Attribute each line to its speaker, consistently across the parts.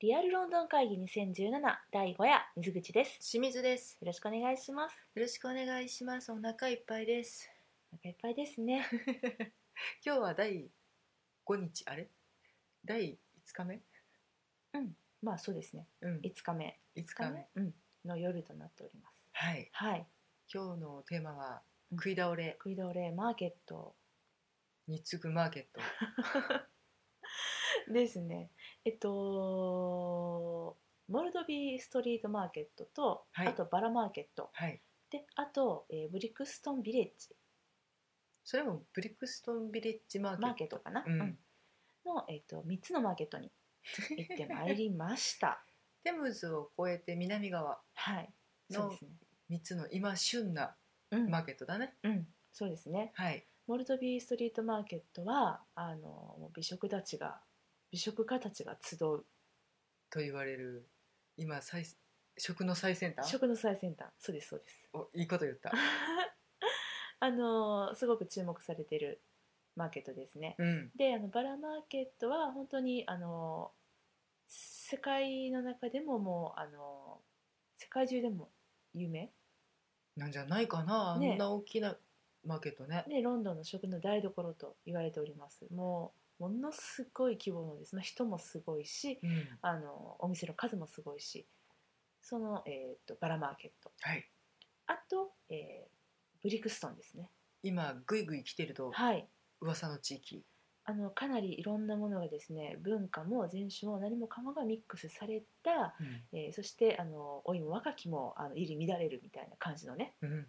Speaker 1: リアルロンドン会議2017第5夜水口です
Speaker 2: 清水です。
Speaker 1: よろしくお願いします
Speaker 2: よろしくお願いします。お腹いっぱいです。
Speaker 1: お腹いっぱいですね
Speaker 2: 今日は第5日あれ第5日目
Speaker 1: まあそうですね
Speaker 2: うん
Speaker 1: 5日目
Speaker 2: 5
Speaker 1: 5日
Speaker 2: 日
Speaker 1: 目
Speaker 2: 目。
Speaker 1: うん、の夜となっております
Speaker 2: はい。
Speaker 1: はい
Speaker 2: 今日のテーマは
Speaker 1: うん
Speaker 2: 食い倒れ
Speaker 1: 食い倒れマーケット
Speaker 2: に次ぐマーケッ ト。
Speaker 1: ですねえっとモルドビーストリートマーケットと、
Speaker 2: はい
Speaker 1: あとバラマーケット
Speaker 2: はい。
Speaker 1: であと、えーブリクストンビレッジ
Speaker 2: それもブリクストンビレッジマーケット。
Speaker 1: マーケットかな、
Speaker 2: うん
Speaker 1: うんの、えっと3つのマーケットに行ってまいりました
Speaker 2: テムズを越えて南側
Speaker 1: はい
Speaker 2: の
Speaker 1: そうですね
Speaker 2: 3つの今旬な
Speaker 1: うん、
Speaker 2: マーケットだね。
Speaker 1: うん、そうですね
Speaker 2: はい。
Speaker 1: モルドビーストリートマーケットはあのもう美食たちが美食家たちが集う
Speaker 2: と言われる今最食の最先端。
Speaker 1: 食の最先端そうですそうです
Speaker 2: おいいこと言 った。
Speaker 1: あのすごく注目されてるマーケットですね
Speaker 2: うん。
Speaker 1: であのバラマーケットは本当にあの世界の中でももうあの世界中でも有名
Speaker 2: なんじゃないかな。あ
Speaker 1: ね
Speaker 2: んな大きなマーケットね。
Speaker 1: でロンドンの食の台所と言われておりますもうものすごい規模のです、まあ、人もすごいし
Speaker 2: うん。
Speaker 1: あのお店の数もすごいしその、えー、とバラマーケット
Speaker 2: はい。
Speaker 1: あと、えーブリクストンですね
Speaker 2: 今ぐいぐい来てると
Speaker 1: はい
Speaker 2: 噂の地域
Speaker 1: あのかなりいろんなものがですね文化も人種も何もかもがミックスされた、えーそしてあの老いも若きもあの入り乱れるみたいな感じのね
Speaker 2: うん、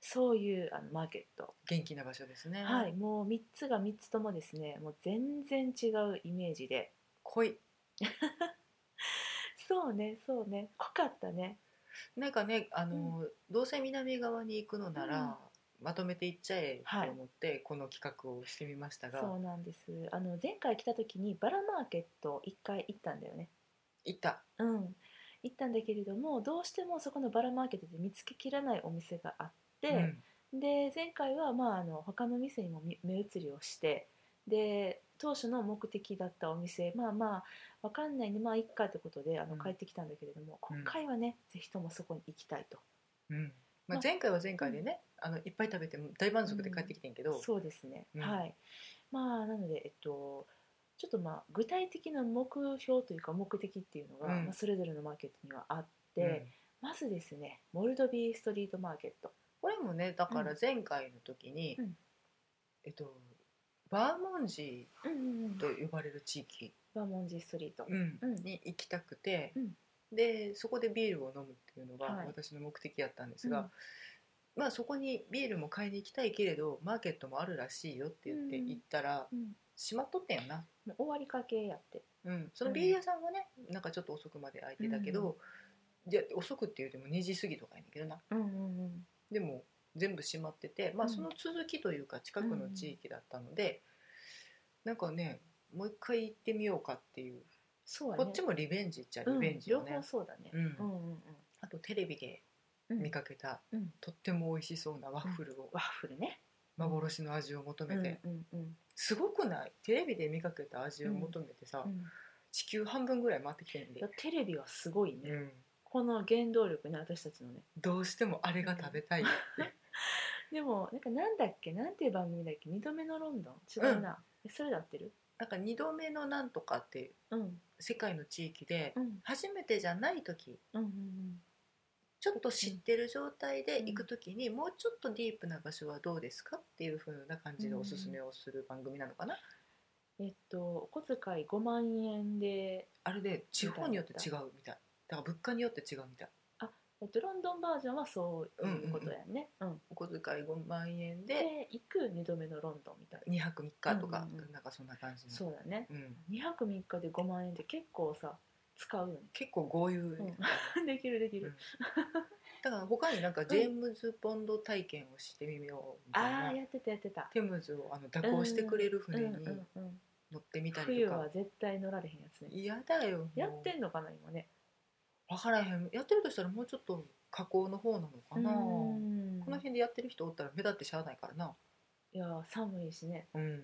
Speaker 1: そういうあのマーケット、
Speaker 2: 元気な場所ですね。
Speaker 1: はい、もう3つが3つともですねもう全然違うイメージで
Speaker 2: 濃い。
Speaker 1: そうねそうね濃かったね
Speaker 2: なんかね、あの、どうせ南側に行くのなら、まとめて行っちゃえと思って、この企画をしてみましたが、
Speaker 1: そうなんですあの前回来た時にバラマーケット1回行ったんだよね
Speaker 2: 行った。
Speaker 1: うん、行ったんだけれどもどうしてもそこのバラマーケットで見つけきらないお店があって、で前回は、まあ、あの他の店にもみ目移りをしてで当初の目的だったお店まあまあわかんないねまあいっかってことであの
Speaker 2: うん
Speaker 1: 帰ってきたんだけれども、
Speaker 2: うん
Speaker 1: 今回はねぜひともそこに行きたいと、
Speaker 2: うん。うんま
Speaker 1: ま
Speaker 2: あ、前回は前回でね、あのいっぱい食べても大満足で帰ってきてんけど、
Speaker 1: そうですね、
Speaker 2: うん
Speaker 1: はいまあなのでえっとちょっとまあ具体的な目標というか目的っていうのが、
Speaker 2: うん
Speaker 1: まあ、それぞれのマーケットにはあっ
Speaker 2: うん
Speaker 1: て、まずですねモルドビーストリートマーケット
Speaker 2: これもねだから前回の時に、
Speaker 1: うん
Speaker 2: えっとバーモンジ
Speaker 1: うんうんうん
Speaker 2: ーと呼ばれる地域、
Speaker 1: バーモンジーストリート、
Speaker 2: うん
Speaker 1: うん
Speaker 2: に行きたくて、
Speaker 1: うん
Speaker 2: でそこでビールを飲むっていうの
Speaker 1: は
Speaker 2: が
Speaker 1: い
Speaker 2: 私の目的やったんですが、まあ、そこにビールも買いに行きたいけれどマーケットもあるらしいよって言って
Speaker 1: うん
Speaker 2: 行ったら、
Speaker 1: うん
Speaker 2: 閉まっとったんやな、
Speaker 1: もう終わりかけやって
Speaker 2: うん、そのビール屋さんはねなんかちょっと遅くまで開いてたけど、いや遅くっていうても2時過ぎとかやねんけどな
Speaker 1: うんうんうん
Speaker 2: でも全部閉まってて、まあ、
Speaker 1: うん
Speaker 2: その続きというか近くの地域だったので、なんかねもう一回行ってみようかっていう、
Speaker 1: そうやね
Speaker 2: こっちもリベンジっちゃ
Speaker 1: う
Speaker 2: リ
Speaker 1: ん
Speaker 2: ベンジ
Speaker 1: 両
Speaker 2: よね、
Speaker 1: 方そうだね
Speaker 2: う
Speaker 1: う
Speaker 2: ん
Speaker 1: んうん
Speaker 2: あとテレビで
Speaker 1: うん
Speaker 2: 見かけた、
Speaker 1: うん
Speaker 2: とっても美味しそうなワッフルを、
Speaker 1: ワッフルね
Speaker 2: 幻の味を求
Speaker 1: う
Speaker 2: め
Speaker 1: ん
Speaker 2: て、
Speaker 1: うんうん
Speaker 2: すごくないテレビで見かけた味を求めてさ、
Speaker 1: うん
Speaker 2: 地球半分ぐらい回ってきてん
Speaker 1: い
Speaker 2: で
Speaker 1: や、テレビはすごいね、
Speaker 2: うん
Speaker 1: この原動力ね私たちのね
Speaker 2: どうしてもあれが食べたいって、
Speaker 1: でもなんかなんだっけなんていう番組だっけ二度目のロンドン違うな、えそれだってる
Speaker 2: なんか2度目のなんとかって
Speaker 1: うん
Speaker 2: 世界の地域で
Speaker 1: うん
Speaker 2: 初めてじゃない時
Speaker 1: うんうんうん
Speaker 2: ちょっと知ってる状態で行く時に、もうちょっとディープな場所はどうですかっていう風な感じでおすすめをする番組なのかな、
Speaker 1: えっとお小遣い5万円で
Speaker 2: あれで地方によって違うみたいだから物価によって違うみたい
Speaker 1: えっとロンドンバージョンはそういうことやね、うん
Speaker 2: お小遣い5万円で
Speaker 1: で行く二度目のロンドンみたいな
Speaker 2: 2泊3日とか、
Speaker 1: うんうんうん
Speaker 2: なんかそんな感じの
Speaker 1: そうだね
Speaker 2: うん、
Speaker 1: 2泊3日で5万円って結構さ使うよね
Speaker 2: 結構豪遊、
Speaker 1: うんできるできる、
Speaker 2: だから他になんかジェームズ・ボンド体験をしてみようみたい
Speaker 1: あ
Speaker 2: な、
Speaker 1: あやってたやってた
Speaker 2: テムズをあの蛇行してくれる
Speaker 1: うんう
Speaker 2: 船に
Speaker 1: んうん
Speaker 2: 乗ってみたり
Speaker 1: 冬
Speaker 2: とか、
Speaker 1: は絶対乗られへんやつね
Speaker 2: 嫌だよもう
Speaker 1: やってんのかな今ね
Speaker 2: 分からへんやってるとしたらもうちょっと河口の方なのかな
Speaker 1: うーん
Speaker 2: この辺でやってる人おったら目立ってしゃあないからな
Speaker 1: いやー寒いしね、
Speaker 2: うん
Speaker 1: うん、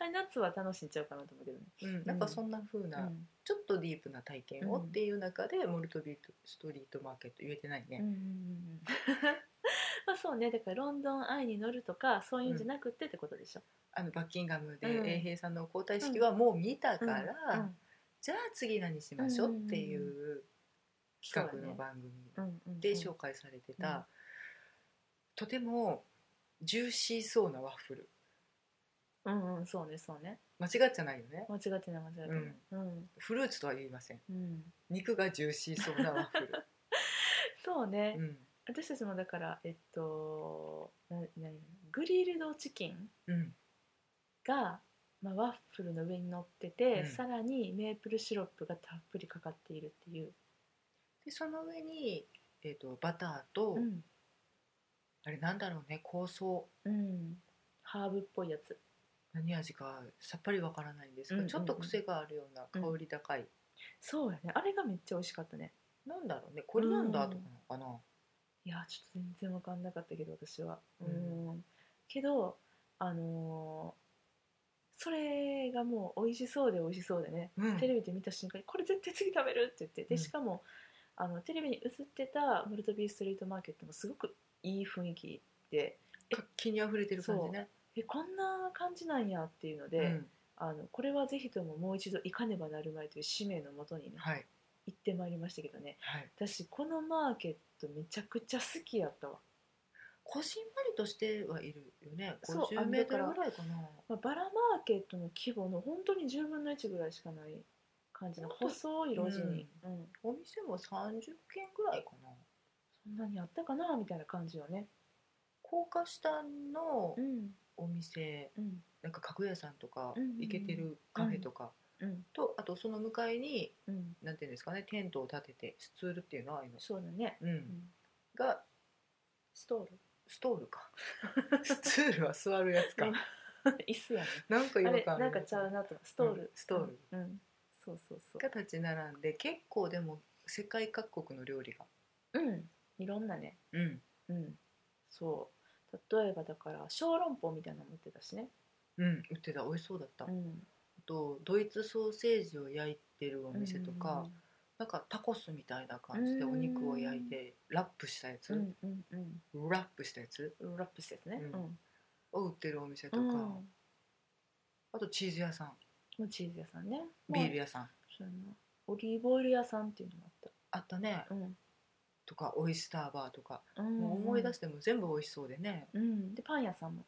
Speaker 1: あれ夏は楽しんちゃうかなと思うけどね、
Speaker 2: うんなんかそんな風な、
Speaker 1: うん
Speaker 2: ちょっとディープな体験を
Speaker 1: うん
Speaker 2: っていう中で、モルトビートストリートマーケット言えてないね、
Speaker 1: うんうんうん うんまあそうねだからロンドンアイに乗るとかそういうんじゃなくてってことでしょ、
Speaker 2: あのバッキンガムで
Speaker 1: うん
Speaker 2: 衛兵さんの交代式はもう見たから、
Speaker 1: うんうん
Speaker 2: じゃあ次何しましょうっていう企画の番組
Speaker 1: うんうんうん
Speaker 2: で紹介されてた、
Speaker 1: うんうん
Speaker 2: とてもジューシーそうなワッフル
Speaker 1: うんうんそうねそうね
Speaker 2: 間違っちゃないよね
Speaker 1: 間違ってない間違ってないうん、
Speaker 2: フルーツとは言いません
Speaker 1: うん、
Speaker 2: 肉がジューシーそうなワッフ
Speaker 1: そう ね、
Speaker 2: ル、うん
Speaker 1: 私たちもだからえっとな何グリルドチキン
Speaker 2: うん、
Speaker 1: が、まあ、ワッフルの上に乗ってて、
Speaker 2: うん
Speaker 1: さらにメープルシロップがたっぷりかかっているっていう、
Speaker 2: でその上に、えー、とバターと、
Speaker 1: うん
Speaker 2: あれなんだろうね香草
Speaker 1: うん、ハーブっぽいやつ
Speaker 2: 何味かさっぱりわからないんです
Speaker 1: う
Speaker 2: が、
Speaker 1: んうんうん
Speaker 2: ちょっと癖があるような香り高い、
Speaker 1: そうやねあれがめっちゃ美味しかったね
Speaker 2: なんだろうねコリアンダーとかなのか
Speaker 1: いやちょっと全然わかんなかったけど私はう
Speaker 2: うんん
Speaker 1: けどあのーそれがもう美味しそうで美味しそうでね、
Speaker 2: な、うん
Speaker 1: テレビで見た瞬間にこれ絶対次食べるって言ってで
Speaker 2: うん
Speaker 1: しかも、あのテレビに映ってたモルトビーストリートマーケットもすごくいい雰囲気で
Speaker 2: 活気にあふれてる感じね
Speaker 1: えこんな感じなんやっていうので、
Speaker 2: うん
Speaker 1: あのこれはぜひとももう一度行かねばなるまいという使命のもとにね
Speaker 2: はい
Speaker 1: 行ってまいりましたけどね
Speaker 2: はい
Speaker 1: 私このマーケットめちゃくちゃ好きやったわ、
Speaker 2: こじんまりとしてはいるよね
Speaker 1: そう
Speaker 2: 50メートルぐらいかな
Speaker 1: まあ、バラマーケットの規模の本当に10分の1ぐらいしかない感じの
Speaker 2: 本当
Speaker 1: 細い路地に、うん
Speaker 2: お店も30軒ぐらいかな
Speaker 1: そんなにあったかなみたいな感じよね
Speaker 2: 高架下の
Speaker 1: うん
Speaker 2: お店
Speaker 1: うん
Speaker 2: なんか家具屋さんとか
Speaker 1: うんうんうん
Speaker 2: 行けてるカフェとか、
Speaker 1: うん
Speaker 2: とあとその向かいに
Speaker 1: うん
Speaker 2: なんていうんですかねテントを立ててスツールっていうのはああいうの、
Speaker 1: そうだね、
Speaker 2: うん
Speaker 1: うん
Speaker 2: が
Speaker 1: ストール
Speaker 2: ストール かスツールは座るやつか
Speaker 1: 椅子やね
Speaker 2: なんか
Speaker 1: あ
Speaker 2: 違和
Speaker 1: れ
Speaker 2: 感ある
Speaker 1: なんかちゃうなとストール、
Speaker 2: うんストール
Speaker 1: うん、うんそうそうそ
Speaker 2: が立ち並んで結構でも世界各国の料理が
Speaker 1: ううんいろんなね
Speaker 2: うん
Speaker 1: うんそう例えばだから小籠包みたいなの持ってたしね、
Speaker 2: うん売ってた美味しそうだった、
Speaker 1: う
Speaker 2: あ
Speaker 1: ん、
Speaker 2: とドイツソーセージを焼いてるお店とか、
Speaker 1: うん
Speaker 2: なんかタコスみたいな感じでお肉を焼いてラップしたやつ、
Speaker 1: うんうんうん
Speaker 2: ラップしたやつ
Speaker 1: うんラップしてですね、
Speaker 2: うん
Speaker 1: うん
Speaker 2: を売ってるお店とか、
Speaker 1: うん
Speaker 2: あとチーズ屋さん
Speaker 1: もうチーズ屋さんね
Speaker 2: ビール
Speaker 1: 屋
Speaker 2: 屋さん、
Speaker 1: そうやなオリーブオイル屋さんっていうのもあっ
Speaker 2: あったね
Speaker 1: た、うん
Speaker 2: とかオイスターバーとか、
Speaker 1: うん、
Speaker 2: もう思い出しても全部美味しそうでね
Speaker 1: うんでパン屋さんも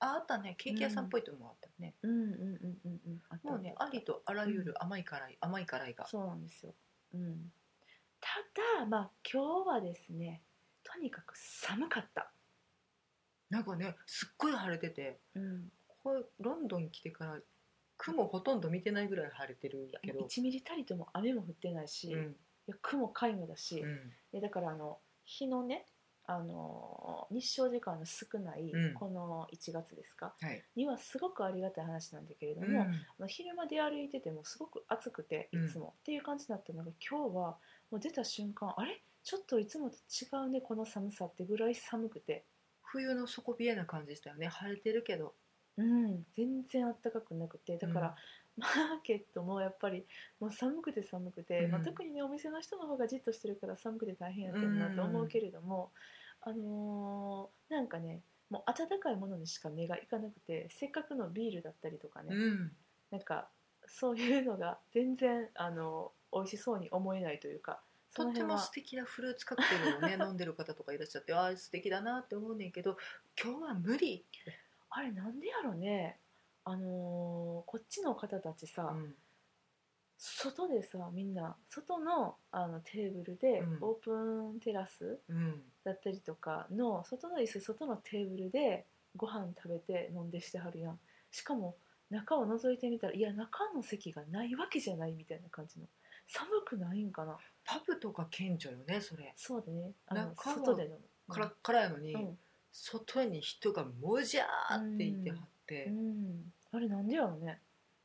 Speaker 2: ああったねケーキ屋さんっぽいともあったね、
Speaker 1: うんうんうんうんうんあった
Speaker 2: もうねありとあらゆる甘い辛い、甘い辛いが
Speaker 1: そうなんですよ、うん、ただまあ今日はですねとにかく寒かった、
Speaker 2: なんかねすっごい晴れてて
Speaker 1: うん、
Speaker 2: これロンドン来てから雲ほとんど見てないぐらい晴れてる
Speaker 1: いや
Speaker 2: け
Speaker 1: もう
Speaker 2: ど、
Speaker 1: 1ミリたりとも雨も降ってないし、
Speaker 2: う
Speaker 1: い
Speaker 2: ん
Speaker 1: や雲皆無だし、
Speaker 2: うん
Speaker 1: でだからあの日のねあのー日照時間の少ない
Speaker 2: うん
Speaker 1: この1月ですか、
Speaker 2: はい
Speaker 1: にはすごくありがたい話なんだけれど
Speaker 2: う
Speaker 1: も、
Speaker 2: ん
Speaker 1: まあ昼間出歩いててもすごく暑くていつも、っていう感じだったのが今日はもう出た瞬間あれちょっといつもと違うねこの寒さってぐらい寒くて
Speaker 2: 冬の底冷えな感じしたよね晴れてるけど
Speaker 1: うん、全然あったかくなくてだから、、マーケットもやっぱりもう寒くて寒くて、
Speaker 2: うん
Speaker 1: まあ、特にねお店の人の方がじっとしてるから寒くて大変やったなと思うけれども、あのーなんかねもう温かいものにしか目がいかなくてせっかくのビールだったりとかね、
Speaker 2: うんうん
Speaker 1: なんかそういうのが全然あの美味しそうに思えないというかそ
Speaker 2: と
Speaker 1: の
Speaker 2: って
Speaker 1: 辺
Speaker 2: も
Speaker 1: は
Speaker 2: 素敵なフルーツカクテルを ね飲んでる方とかいらっしゃってああ素敵だなって思うねんけど今日は無理、
Speaker 1: あれなんでやろねあのーこっちの方たちさ、
Speaker 2: うん
Speaker 1: 外でさみんな外のあのテーブルで、
Speaker 2: うん
Speaker 1: オープンテラス
Speaker 2: うん、
Speaker 1: だったりとかの外の椅子外のテーブルでご飯食べて飲んでしてはるやんしかも中を覗いてみたらいや中の席がないわけじゃないみたいな感じの寒くないんかな
Speaker 2: パブとか顕著よねそれ
Speaker 1: そうだねあの
Speaker 2: 中は
Speaker 1: 外で飲む
Speaker 2: カラッカラやのに、
Speaker 1: うん
Speaker 2: 外に人がもじゃーっていてはって、
Speaker 1: うんあれなんでやろね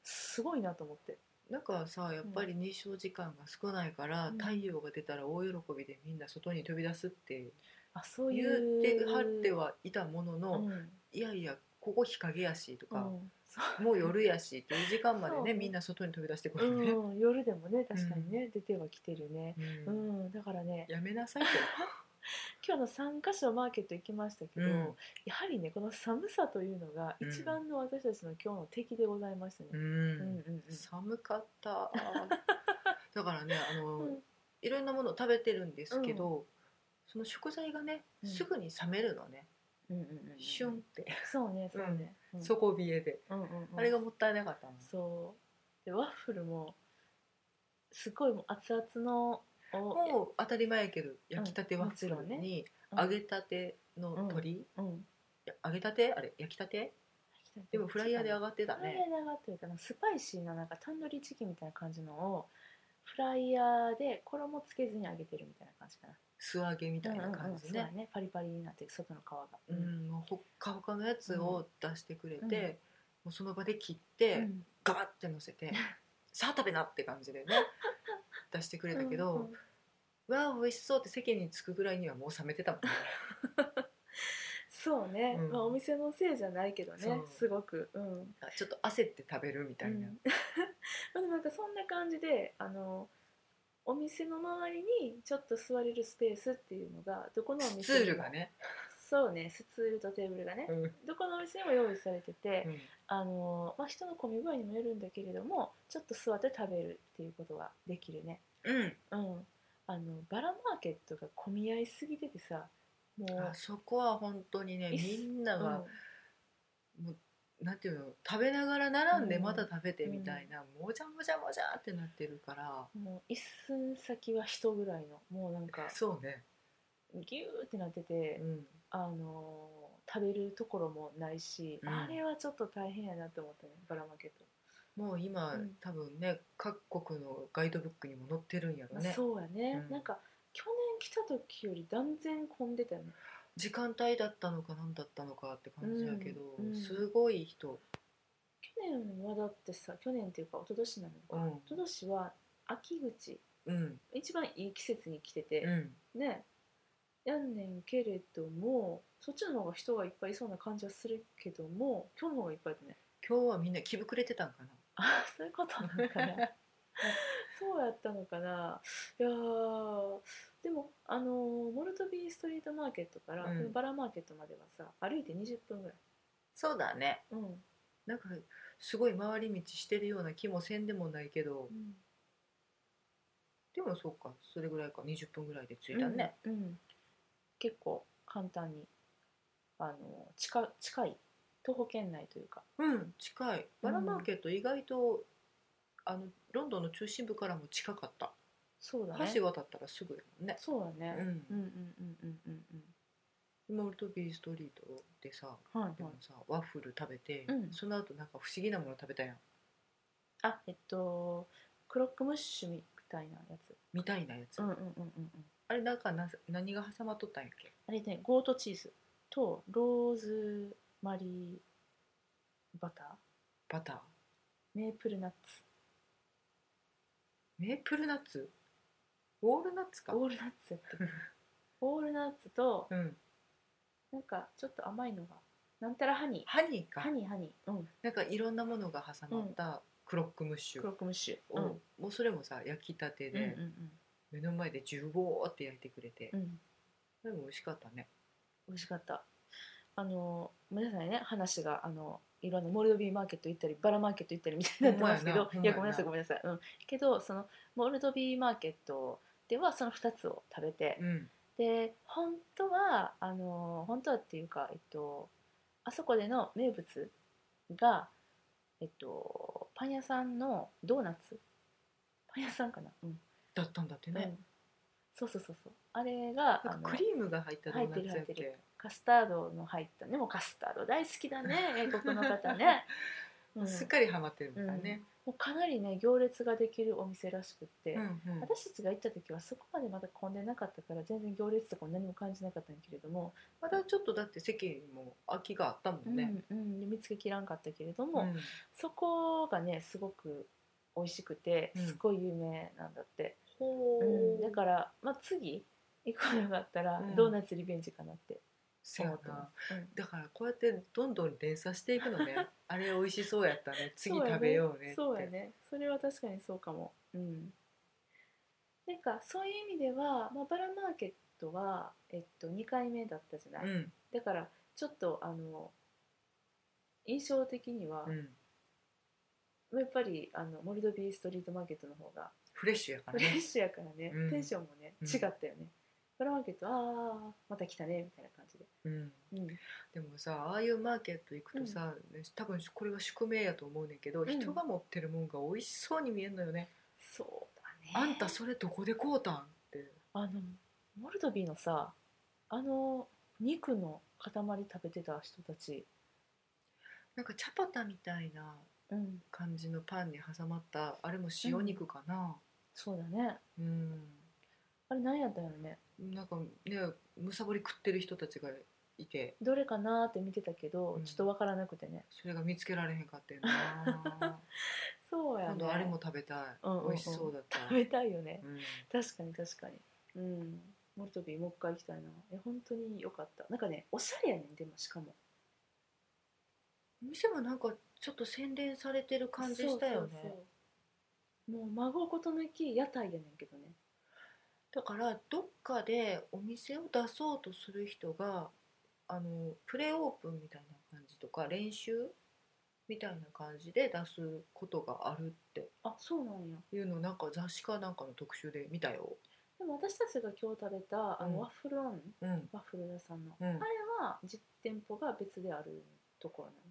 Speaker 1: すごいなと思って
Speaker 2: なんかさやっぱり日照時間が少ないから、
Speaker 1: うん
Speaker 2: 太陽が出たら大喜びでみんな外に飛び出すって
Speaker 1: あそうい
Speaker 2: 言って
Speaker 1: う
Speaker 2: はってはいたものの、
Speaker 1: うん
Speaker 2: いやいやここ日陰やしと
Speaker 1: う
Speaker 2: か、
Speaker 1: んそう
Speaker 2: もう夜やしっていう時間まで
Speaker 1: そう
Speaker 2: ね
Speaker 1: ね
Speaker 2: みんな外に飛び出してくるね、
Speaker 1: うん、夜でもね確かにね、出てはきてるね、
Speaker 2: うん
Speaker 1: うん、だからね
Speaker 2: やめ なさいって
Speaker 1: 今日の3カ所マーケット行きましたけど、
Speaker 2: うん
Speaker 1: やはりねこの寒さというのが
Speaker 2: うん
Speaker 1: 一番の私たちの今日の敵でございましたね。うんうん
Speaker 2: ん
Speaker 1: うん
Speaker 2: 寒かった だからねあの、
Speaker 1: うん
Speaker 2: いろんなものを食べてるんですけど、その食材がね
Speaker 1: うん
Speaker 2: すぐに冷めるのね、
Speaker 1: うんうんうん
Speaker 2: シュンって、
Speaker 1: そうねそうね、うん
Speaker 2: 底冷えで、
Speaker 1: うんうんうん
Speaker 2: あれがもったいなかったの、
Speaker 1: そうでワッフルもすごいもう熱々のを
Speaker 2: もう当たり前やけど焼きたてワッフ
Speaker 1: もち
Speaker 2: ル
Speaker 1: ろん
Speaker 2: に
Speaker 1: うん
Speaker 2: 揚げたての鶏、い
Speaker 1: うん、
Speaker 2: や揚げたてあれ焼きたてでもフライヤーで上がってた
Speaker 1: フライヤ
Speaker 2: ね
Speaker 1: ーで上がってるからスパイシーななんかタンドリーチキンみたいな感じのをフライヤーで衣つけずに揚げてるみたいな感じかな
Speaker 2: 素揚げみたいな感じ
Speaker 1: うんうんうんそうや
Speaker 2: ね,、
Speaker 1: ねパリパリになって外の皮が、
Speaker 2: うんもうほっかほかのやつを出してくれて、
Speaker 1: うん
Speaker 2: もうその場で切って、
Speaker 1: うん
Speaker 2: ガバッて乗 せてさあ食べなって感じでね出してくれたけど、
Speaker 1: うんうん
Speaker 2: わあ美味しそうって席に着くぐらいにはもう冷めてたもん ね
Speaker 1: そうね、
Speaker 2: うん
Speaker 1: まあお店のせいじゃないけど
Speaker 2: そ
Speaker 1: ね
Speaker 2: う
Speaker 1: すごくうん
Speaker 2: あちょっと焦って食べるみたいな、
Speaker 1: うん、 でもなんかそんな感じであのお店の周りにちょっと座れるスペースっていうのがどこのお店に
Speaker 2: ス
Speaker 1: も
Speaker 2: ツールがね、
Speaker 1: そうねスツールとテーブルがね、
Speaker 2: うん
Speaker 1: どこのお店にも用意されてて、
Speaker 2: うん
Speaker 1: あのまあ、人の混み具合にもよるんだけれどもちょっと座って食べるっていうことができるね
Speaker 2: うん
Speaker 1: うんあのバラマーケットが混み合いすぎててさもう
Speaker 2: あそこは本当にね
Speaker 1: いっす
Speaker 2: みんな
Speaker 1: うん
Speaker 2: が、なんていうの食べながら並んで
Speaker 1: うん
Speaker 2: また食べてみたいな、もじゃもじゃもじゃってなってるから、
Speaker 1: もう一寸先は人ぐらいのもうなんか
Speaker 2: そうね、
Speaker 1: ギューってなってて
Speaker 2: う、ん、
Speaker 1: あのー食べるところもないし、
Speaker 2: うん
Speaker 1: あれはちょっと大変やなと思ったねバラマーケッ
Speaker 2: もう今、
Speaker 1: うん
Speaker 2: 多分ね各国のガイドブックにも載ってるんや
Speaker 1: ト、
Speaker 2: ろね
Speaker 1: そうやね、
Speaker 2: うん
Speaker 1: なんか去年来た時より断然混んでたよね
Speaker 2: 時間帯だったのか何だったのかって感じやけど、
Speaker 1: うんうん
Speaker 2: すごい人、
Speaker 1: 去年はだってさ去年っていうか一昨年なの
Speaker 2: う
Speaker 1: か、
Speaker 2: ん
Speaker 1: 一昨年は秋口
Speaker 2: うん
Speaker 1: 一番いい季節に来て
Speaker 2: う
Speaker 1: て、
Speaker 2: ん、
Speaker 1: ねやんねんけれどもそっちの方が人がいっぱいいそうな感じはするけども今日の方がいっぱいだね
Speaker 2: 今日はみんな気膨れてたんかな
Speaker 1: あそういうことなのか なそうやったのかないやーでもあのーモルトビーストリートマーケットから、
Speaker 2: うん
Speaker 1: このバラマーケットまではさ歩いて20分ぐらい、
Speaker 2: そうだね
Speaker 1: うん
Speaker 2: なんかすごい回り道してるような気もせんでもないけどでもそうかそれぐらいか20分ぐらいで着いたね、
Speaker 1: うん、うん結構簡単にあのー近近い徒歩圏内というか
Speaker 2: うん、近いバラマーケット意外とあのロンドンの中心部からも近かった、
Speaker 1: そうだね
Speaker 2: 橋渡ったらすぐやもんね
Speaker 1: そうだね、
Speaker 2: う
Speaker 1: うん、うんうんうんうん
Speaker 2: モルトビーストリートでさ
Speaker 1: うんはいはい
Speaker 2: でもさワッフル食べて、
Speaker 1: うん
Speaker 2: その後なんか不思議なもの食べたやん
Speaker 1: あえっとクロックムッシュみたいなやつ
Speaker 2: みたいなやつ、
Speaker 1: うんうんうんうんうん
Speaker 2: あれなんかな何が挟まっとったんやっけ
Speaker 1: あれね、ゴートチーズとローズマリーバター、
Speaker 2: バター
Speaker 1: メープルナッツ、
Speaker 2: メープルナッツウォールナッツか
Speaker 1: オールナッツやったっけオールナッツと、
Speaker 2: うん
Speaker 1: なんかちょっと甘いのが、なんたらハニ
Speaker 2: ハニー
Speaker 1: ー。
Speaker 2: か
Speaker 1: ハニーハニー。うん。
Speaker 2: なんかいろんなものが挟まったクロックムッシ
Speaker 1: クロ
Speaker 2: ュ
Speaker 1: ックムッシュ。
Speaker 2: を、
Speaker 1: うん。
Speaker 2: もうそれもさ焼きたて
Speaker 1: うんう
Speaker 2: で、
Speaker 1: ん
Speaker 2: 目の前でジュゴーって焼いてくれて、
Speaker 1: うん。うん。
Speaker 2: それも美味しかったね
Speaker 1: 美味しかった。あの、ごめんなさいね、話が、あの、いろんなモルドビーマーケット行ったりバラマーケット行ったりみたいになってますけど
Speaker 2: ほんまやない
Speaker 1: や
Speaker 2: ほ
Speaker 1: ごめん
Speaker 2: んまやな
Speaker 1: なさいごめんなさい、うん、けどそのモルドビーマーケットではその2つを食べて、
Speaker 2: うん
Speaker 1: で本当はあの本当はっていうか、えっと、あそこでの名物が、えっと、パン屋さんのドーナツパン屋さんかな、うん
Speaker 2: だったんだって
Speaker 1: う
Speaker 2: ね、
Speaker 1: んそうそうそうそうあれが
Speaker 2: な
Speaker 1: あ
Speaker 2: ん
Speaker 1: の
Speaker 2: かクリームが入ったドーナツやっ
Speaker 1: 入ってる入
Speaker 2: け
Speaker 1: カスタードの入ったねもうカスタード大好きだね 英国の方ね、うん、
Speaker 2: すっかりハマってるみたいね、
Speaker 1: もうかなりね行列ができるお店らしくって、
Speaker 2: うんうん
Speaker 1: 私たちが行った時はそこまでまだ混んでなかったから全然行列とかも何も感じなかったんだけれども
Speaker 2: まだちょっとだって席にも空きがあったもんね、
Speaker 1: うんうん、で見つけきらんかったけれど
Speaker 2: う
Speaker 1: も、
Speaker 2: ん
Speaker 1: そこがねすごく美味しくて
Speaker 2: うん
Speaker 1: すごい有名なんだって、
Speaker 2: ほ
Speaker 1: うん
Speaker 2: ー
Speaker 1: だから、まあ、次行くのがあったら、
Speaker 2: うん
Speaker 1: ドーナツリベンジかなって
Speaker 2: そう
Speaker 1: 思
Speaker 2: や
Speaker 1: ってま
Speaker 2: な
Speaker 1: す。うん
Speaker 2: だからこうやってどんどん連鎖していくの ねあれ美味しそうやったね次食べようねって
Speaker 1: そうやねそれは確かにそうかもうんなんかそういう意味では、まあ、バラマーケットは、えっと、2回目だったじゃない、
Speaker 2: うん
Speaker 1: だからちょっとあの印象的には、
Speaker 2: うん
Speaker 1: やっぱりあのモルドビーストリートマーケットの方が
Speaker 2: フレッシュやから
Speaker 1: フレッ
Speaker 2: ね
Speaker 1: シュやからね、
Speaker 2: うん
Speaker 1: テンションもね
Speaker 2: うん
Speaker 1: 違ったよね、バラマーケットああまた来たねみたいな感じで、
Speaker 2: うん
Speaker 1: うん、
Speaker 2: でもさああいうマーケット行くとさ、多分これは宿命やと思うねんけど、
Speaker 1: ん
Speaker 2: 人が持ってるもんが美味しそうに見えるのよね、
Speaker 1: そうだね
Speaker 2: あんたそれどこで買うたんって
Speaker 1: あのモルドビーのさあの肉の塊食べてた人たち、
Speaker 2: なんかチャパタみたいな
Speaker 1: うん、
Speaker 2: 感じのパンに挟まったあれも塩肉かな
Speaker 1: そうだね
Speaker 2: うん、
Speaker 1: あれ何やったんやろね
Speaker 2: なんかねむさぼり食ってる人たちがいて
Speaker 1: どれかなーって見てたけど、
Speaker 2: うん
Speaker 1: ちょっとわからなくてね
Speaker 2: それが見つけられへんかってんな
Speaker 1: そうやね
Speaker 2: 今度あれも食べたい、
Speaker 1: うんうんうん
Speaker 2: 美味しそうだった
Speaker 1: 食べたいよね
Speaker 2: うん
Speaker 1: 確かに確かにうんモルトビーもう一回行きたいなえ本当に良かったなんかねおしゃれやねんでもしかも
Speaker 2: お店もなんかちょっと洗練されてる感じした
Speaker 1: そ
Speaker 2: よね
Speaker 1: うそうそうもう孫こと抜き屋台やねんけどね
Speaker 2: だからどっかでお店を出そうとする人があのプレオープンみたいな感じとか練習みたいな感じで出すことがあるって
Speaker 1: あそうなんや
Speaker 2: いうのをなんか雑誌かなんかの特集で見たよ。
Speaker 1: でも私たちが今日食べたあ
Speaker 2: うん
Speaker 1: のワッフルあん、
Speaker 2: うん、
Speaker 1: ワッフル屋さんの、
Speaker 2: うん
Speaker 1: あれは実店舗が別であるところなの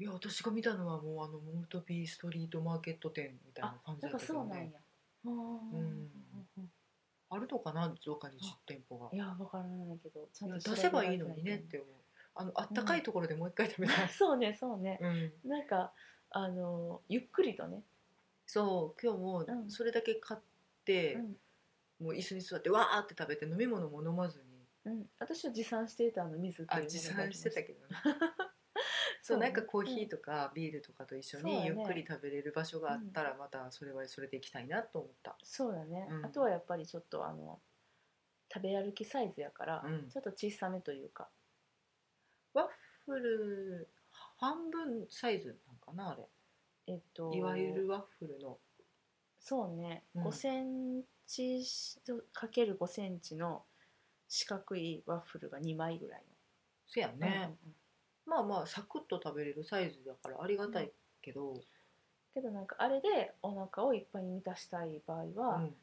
Speaker 2: いや私が見たのはもうあのモルトビーストリートマーケット店みたいな感じだ
Speaker 1: やっ
Speaker 2: っ
Speaker 1: たぱ
Speaker 2: け
Speaker 1: そう
Speaker 2: ど
Speaker 1: なんや
Speaker 2: ね。
Speaker 1: あー
Speaker 2: んあるのかなどっかに実店舗が
Speaker 1: い。やわからないけどちゃ
Speaker 2: い
Speaker 1: ん
Speaker 2: や
Speaker 1: と
Speaker 2: 出せばいいのにねって思う。あのあったかいところでもう一回食べたい。
Speaker 1: そうねそうね、
Speaker 2: うん
Speaker 1: なんかあのゆっくりとね、
Speaker 2: そう今日も
Speaker 1: うん
Speaker 2: それだけ買って、
Speaker 1: うん
Speaker 2: もう椅子に座ってわーって食べて飲み物も飲まずに
Speaker 1: うん、私は持参していたあの水ってい
Speaker 2: あ
Speaker 1: うものが
Speaker 2: 持参してた
Speaker 1: ど
Speaker 2: けどね そうなんかコーヒ
Speaker 1: う
Speaker 2: ー
Speaker 1: ん
Speaker 2: とかビールとかと一緒
Speaker 1: そう
Speaker 2: に
Speaker 1: や
Speaker 2: ゆ
Speaker 1: ね
Speaker 2: っくり食べれる場所があったらまたそれはそれで行きたいなと思った、
Speaker 1: そうだね、
Speaker 2: うん
Speaker 1: あとはやっぱりちょっとあの食べ歩きサイズやから、
Speaker 2: うん
Speaker 1: ちょっと小さめというか
Speaker 2: ワッフル半分サイズなんかなあれ
Speaker 1: えっと
Speaker 2: いわゆるワッフルの
Speaker 1: そうね、
Speaker 2: うん
Speaker 1: 5センチかける5センチの四角いワッフルが2枚ぐらい
Speaker 2: そうや
Speaker 1: の、
Speaker 2: ね
Speaker 1: う、んうんうん
Speaker 2: まあまあサクッと食べれるサイズだからありがたいけど、
Speaker 1: けどなんかあれでお腹をいっぱいに満たしたい場合
Speaker 2: う
Speaker 1: は、
Speaker 2: ん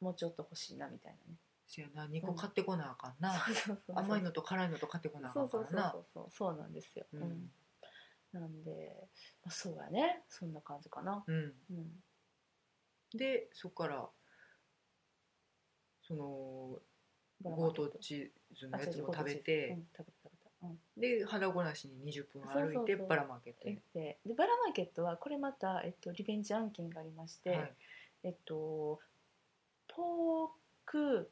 Speaker 1: もうちょっと欲しいなみたいなね
Speaker 2: そうやな2個買ってこなあかんな、
Speaker 1: そうそうそうそう
Speaker 2: 甘いのと辛いのと買ってこなあか
Speaker 1: そ
Speaker 2: ん
Speaker 1: うそ
Speaker 2: か
Speaker 1: う
Speaker 2: ら
Speaker 1: そう
Speaker 2: な
Speaker 1: そうそうそうなんですよ、
Speaker 2: う
Speaker 1: うん
Speaker 2: ん
Speaker 1: なんで、まあ、そうやねそんな感じかな、
Speaker 2: うん
Speaker 1: うん、
Speaker 2: でそこからその
Speaker 1: バラマ
Speaker 2: ゴ
Speaker 1: ー
Speaker 2: ー
Speaker 1: ケッ
Speaker 2: ト
Speaker 1: ト
Speaker 2: チーズの
Speaker 1: あ
Speaker 2: や
Speaker 1: 違う
Speaker 2: つも
Speaker 1: ゴート
Speaker 2: 食べ
Speaker 1: チーズう
Speaker 2: て
Speaker 1: ん、食べた食べた、うん、
Speaker 2: で腹ごなしに20分
Speaker 1: そうそうそ
Speaker 2: 歩
Speaker 1: う
Speaker 2: いてバラマーケット
Speaker 1: 行っ
Speaker 2: へ
Speaker 1: てでバラマーケットはこれまた、えっと、リベンジ案件がありまして、
Speaker 2: はい
Speaker 1: えっとポーク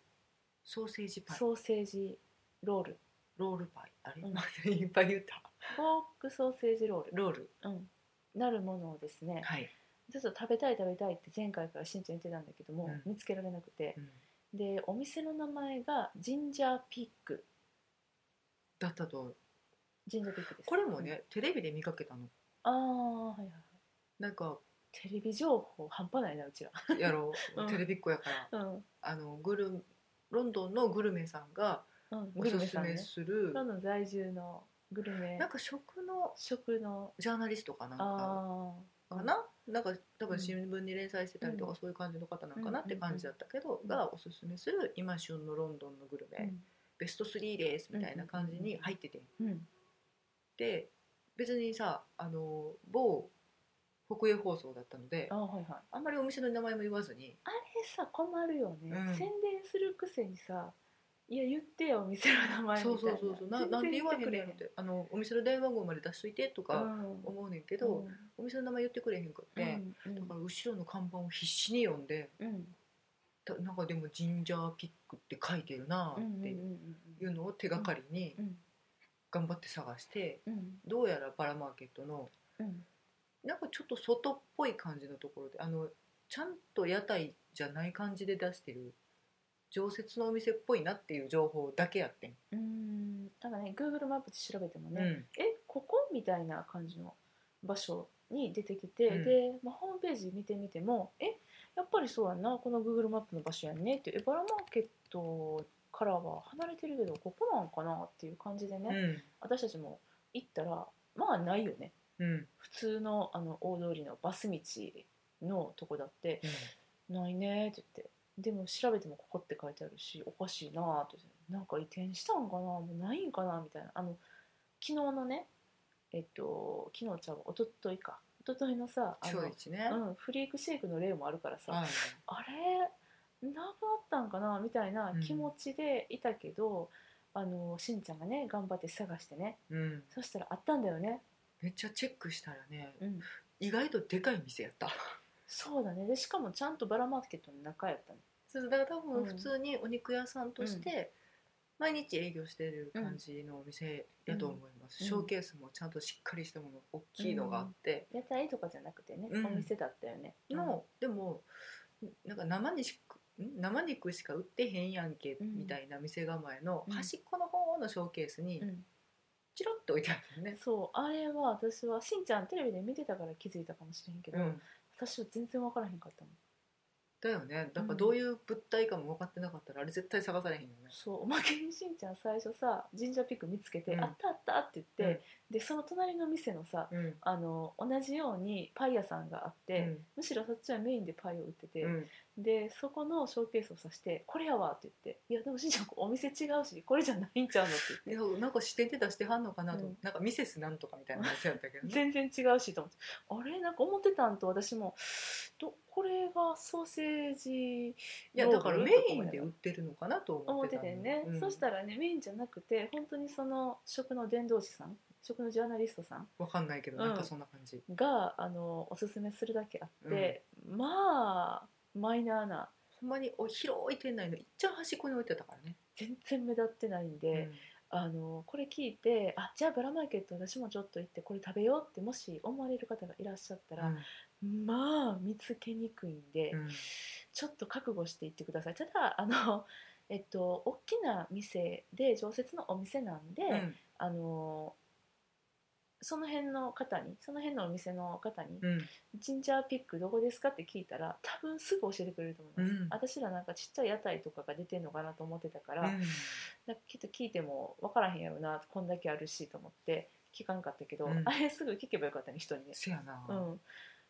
Speaker 2: ソーセージパイ
Speaker 1: ソーセージロール、
Speaker 2: ロールパイあれ
Speaker 1: うん
Speaker 2: いっぱい言った
Speaker 1: ポークソーセージロール、
Speaker 2: ロール
Speaker 1: うん、なるものをですね、
Speaker 2: はい
Speaker 1: ずっと食べたい食べたいって前回からしんちゃん言ってたんだけども、
Speaker 2: うん
Speaker 1: 見つけられなくて
Speaker 2: うん
Speaker 1: でお店の名前がジンジャーピック
Speaker 2: だったと
Speaker 1: ジンジャーピックです
Speaker 2: これも、ねテレビで見かけたの
Speaker 1: うんああはいはいはい
Speaker 2: なんか
Speaker 1: テレビ情報半端ないなうちら、
Speaker 2: やろ う
Speaker 1: うん
Speaker 2: テレビっ子やから
Speaker 1: うん
Speaker 2: あのグルロンドンのグルメさんが
Speaker 1: うん、
Speaker 2: お
Speaker 1: グル
Speaker 2: す
Speaker 1: メ
Speaker 2: す
Speaker 1: さん
Speaker 2: め
Speaker 1: ね
Speaker 2: する
Speaker 1: ロンドン在住のグルメ
Speaker 2: なんか食の
Speaker 1: 食の
Speaker 2: ジャーナリストかなんか
Speaker 1: ああ
Speaker 2: かななんか多
Speaker 1: う
Speaker 2: 分
Speaker 1: ん
Speaker 2: 新聞に連載してたりとか、
Speaker 1: うん
Speaker 2: そういう感じの方なんかなっ
Speaker 1: うんう
Speaker 2: て
Speaker 1: んうん
Speaker 2: 感じだったけど、がおすすめする今旬のロンドンのグルメ、ベスト3ですみたいな感じに入ってて、
Speaker 1: うん、うん、
Speaker 2: で別にさあの某国営放送だったので
Speaker 1: あはいはい
Speaker 2: あんまりお店の名前も言わずに
Speaker 1: あれさ困るよね、
Speaker 2: うん
Speaker 1: 宣伝するくせにさいや言ってよお店の名
Speaker 2: 「
Speaker 1: 前みたいな
Speaker 2: そうそうそうそうな
Speaker 1: 全
Speaker 2: なん
Speaker 1: 然
Speaker 2: で言わへんね
Speaker 1: 言
Speaker 2: ん」
Speaker 1: て
Speaker 2: ってあの「お店の電話号まで出しといて」と
Speaker 1: くれへんう
Speaker 2: か
Speaker 1: ん
Speaker 2: 思うねんけど、
Speaker 1: うん
Speaker 2: お店の名前言ってくれへんくって、
Speaker 1: うん
Speaker 2: だから後ろの看板を必死に読んで
Speaker 1: うんうん
Speaker 2: 「たなんかでもジンジャーピックって書いてるな」
Speaker 1: うんうん
Speaker 2: っていうのを手がかりに
Speaker 1: うん
Speaker 2: 頑張って探して
Speaker 1: うん
Speaker 2: どうやらバラマーケットの
Speaker 1: うん
Speaker 2: なんかちょっと外っぽい感じのところであのちゃんと屋台じゃない感じで出してる常設のお店っぽいなっていう情報だけやってん、
Speaker 1: うんだからね Google マップで調べてもね、
Speaker 2: うん
Speaker 1: えここみたいな感じの場所に出てきて、
Speaker 2: うん
Speaker 1: で、まあ、ホームページ見てみてもえやっぱりそうやんなこの Google マップの場所やんねっていうえバラマーケットからは離れてるけどここなんかなっていう感じでね、私たちも行ったらまあないよね
Speaker 2: うんうん
Speaker 1: 普通のあの大通りのバス道のとこだって「ないね」って言ってでも調べても「ここ」って書いてあるしおかしいなーってなんか移転したんかなもうないんかなみたいなあの昨日のねえっと昨日ちゃうわおとといかおとといのさあ
Speaker 2: 超
Speaker 1: の、
Speaker 2: 一ね、
Speaker 1: うん、フリークシェイクの例もあるからさ、
Speaker 2: はい
Speaker 1: あれなくなったんかなみたいな気持ちでいたけど、あのしんちゃんがね頑張って探してね
Speaker 2: うん、
Speaker 1: そしたらあったんだよね、
Speaker 2: めっちゃチェックしたらね
Speaker 1: うん、
Speaker 2: 意外とでかい店やった
Speaker 1: そうだねでしかもちゃんとバラマーケットの中やったね
Speaker 2: そうだから多
Speaker 1: う
Speaker 2: 分
Speaker 1: ん
Speaker 2: 普通にお肉屋さんとして毎日営業してる感じのお店やと思います、
Speaker 1: うん
Speaker 2: ショーケースもちゃんとしっかりしたもの大きいのがあって、
Speaker 1: 屋台とかじゃなくてね、
Speaker 2: うん
Speaker 1: お店だったよね
Speaker 2: のでもなんか生にしかん生肉しか売ってへんやんけ
Speaker 1: うん
Speaker 2: みたいな店構えの
Speaker 1: うん
Speaker 2: 端っこの方のショーケースに
Speaker 1: うん
Speaker 2: チロッと置いてあるよね、
Speaker 1: そうあれは私はしんちゃんテレビで見てたから気づいたかもしれへんけど、
Speaker 2: うん
Speaker 1: 私は全然分からへんかったもん
Speaker 2: だよねなんかどういう物体かも分かってなかったらあれ絶対探されへんよね
Speaker 1: そうおまけにしんちゃん最初さ神社ピック見つけて「
Speaker 2: うん
Speaker 1: あったあった」って言って、でその隣の店のさ
Speaker 2: うん
Speaker 1: あの同じようにパイ屋さんがあって、
Speaker 2: うん
Speaker 1: むしろそっちはメインでパイを売ってて、
Speaker 2: うん
Speaker 1: でそこのショーケースをさして「これやわ」って言って「いやでもしんちゃんお店違うしこれじゃないんちゃうの」って言って
Speaker 2: でなんか支店で出してはんのかなと、
Speaker 1: うん
Speaker 2: なんかミセスなんとかみたいな店やったけど、 ね、
Speaker 1: 全然違うしと思ってあれなんか思ってたんと私もどこれがソーセージ
Speaker 2: いや
Speaker 1: ロー
Speaker 2: だ
Speaker 1: ル
Speaker 2: からメインで売ってるのかなと
Speaker 1: 思
Speaker 2: 思っ
Speaker 1: って
Speaker 2: てた
Speaker 1: てね、そした
Speaker 2: ら
Speaker 1: らねメインじゃなくて本当にその食の伝道師さん食のジャーナリストさん
Speaker 2: わかんないけど
Speaker 1: うん
Speaker 2: なんかそんな感じ、
Speaker 1: があのおすすめするだけあって、まあマイナーな
Speaker 2: ほんまにお広い店内のいっちゃん端っこに置いてたからね、
Speaker 1: 全然目立ってないんで、あのこれ聞いてあじゃあブラマーケット私もちょっと行ってこれ食べようってもし思われる方がいらっしゃったら、まあ見つけにくいんで。
Speaker 2: うんうん
Speaker 1: ちょっと覚悟していってくださいただあの、 えっと、大きな店で常設のお店なんで、
Speaker 2: うん
Speaker 1: あのその辺の方にその辺のお店の方に
Speaker 2: うん
Speaker 1: 「ジンジャーピックどこですか?」って聞いたら多分すぐ教えてくれると思います、
Speaker 2: うん
Speaker 1: 私らなんかちっちゃい屋台とかが出てんのかなと思ってたから、
Speaker 2: うん
Speaker 1: なんかきっと聞いても分からへんやろなこんだけあるしと思って聞かんかったけど、
Speaker 2: うん
Speaker 1: あれすぐ聞けばよかったね人にね
Speaker 2: せやな、
Speaker 1: うん、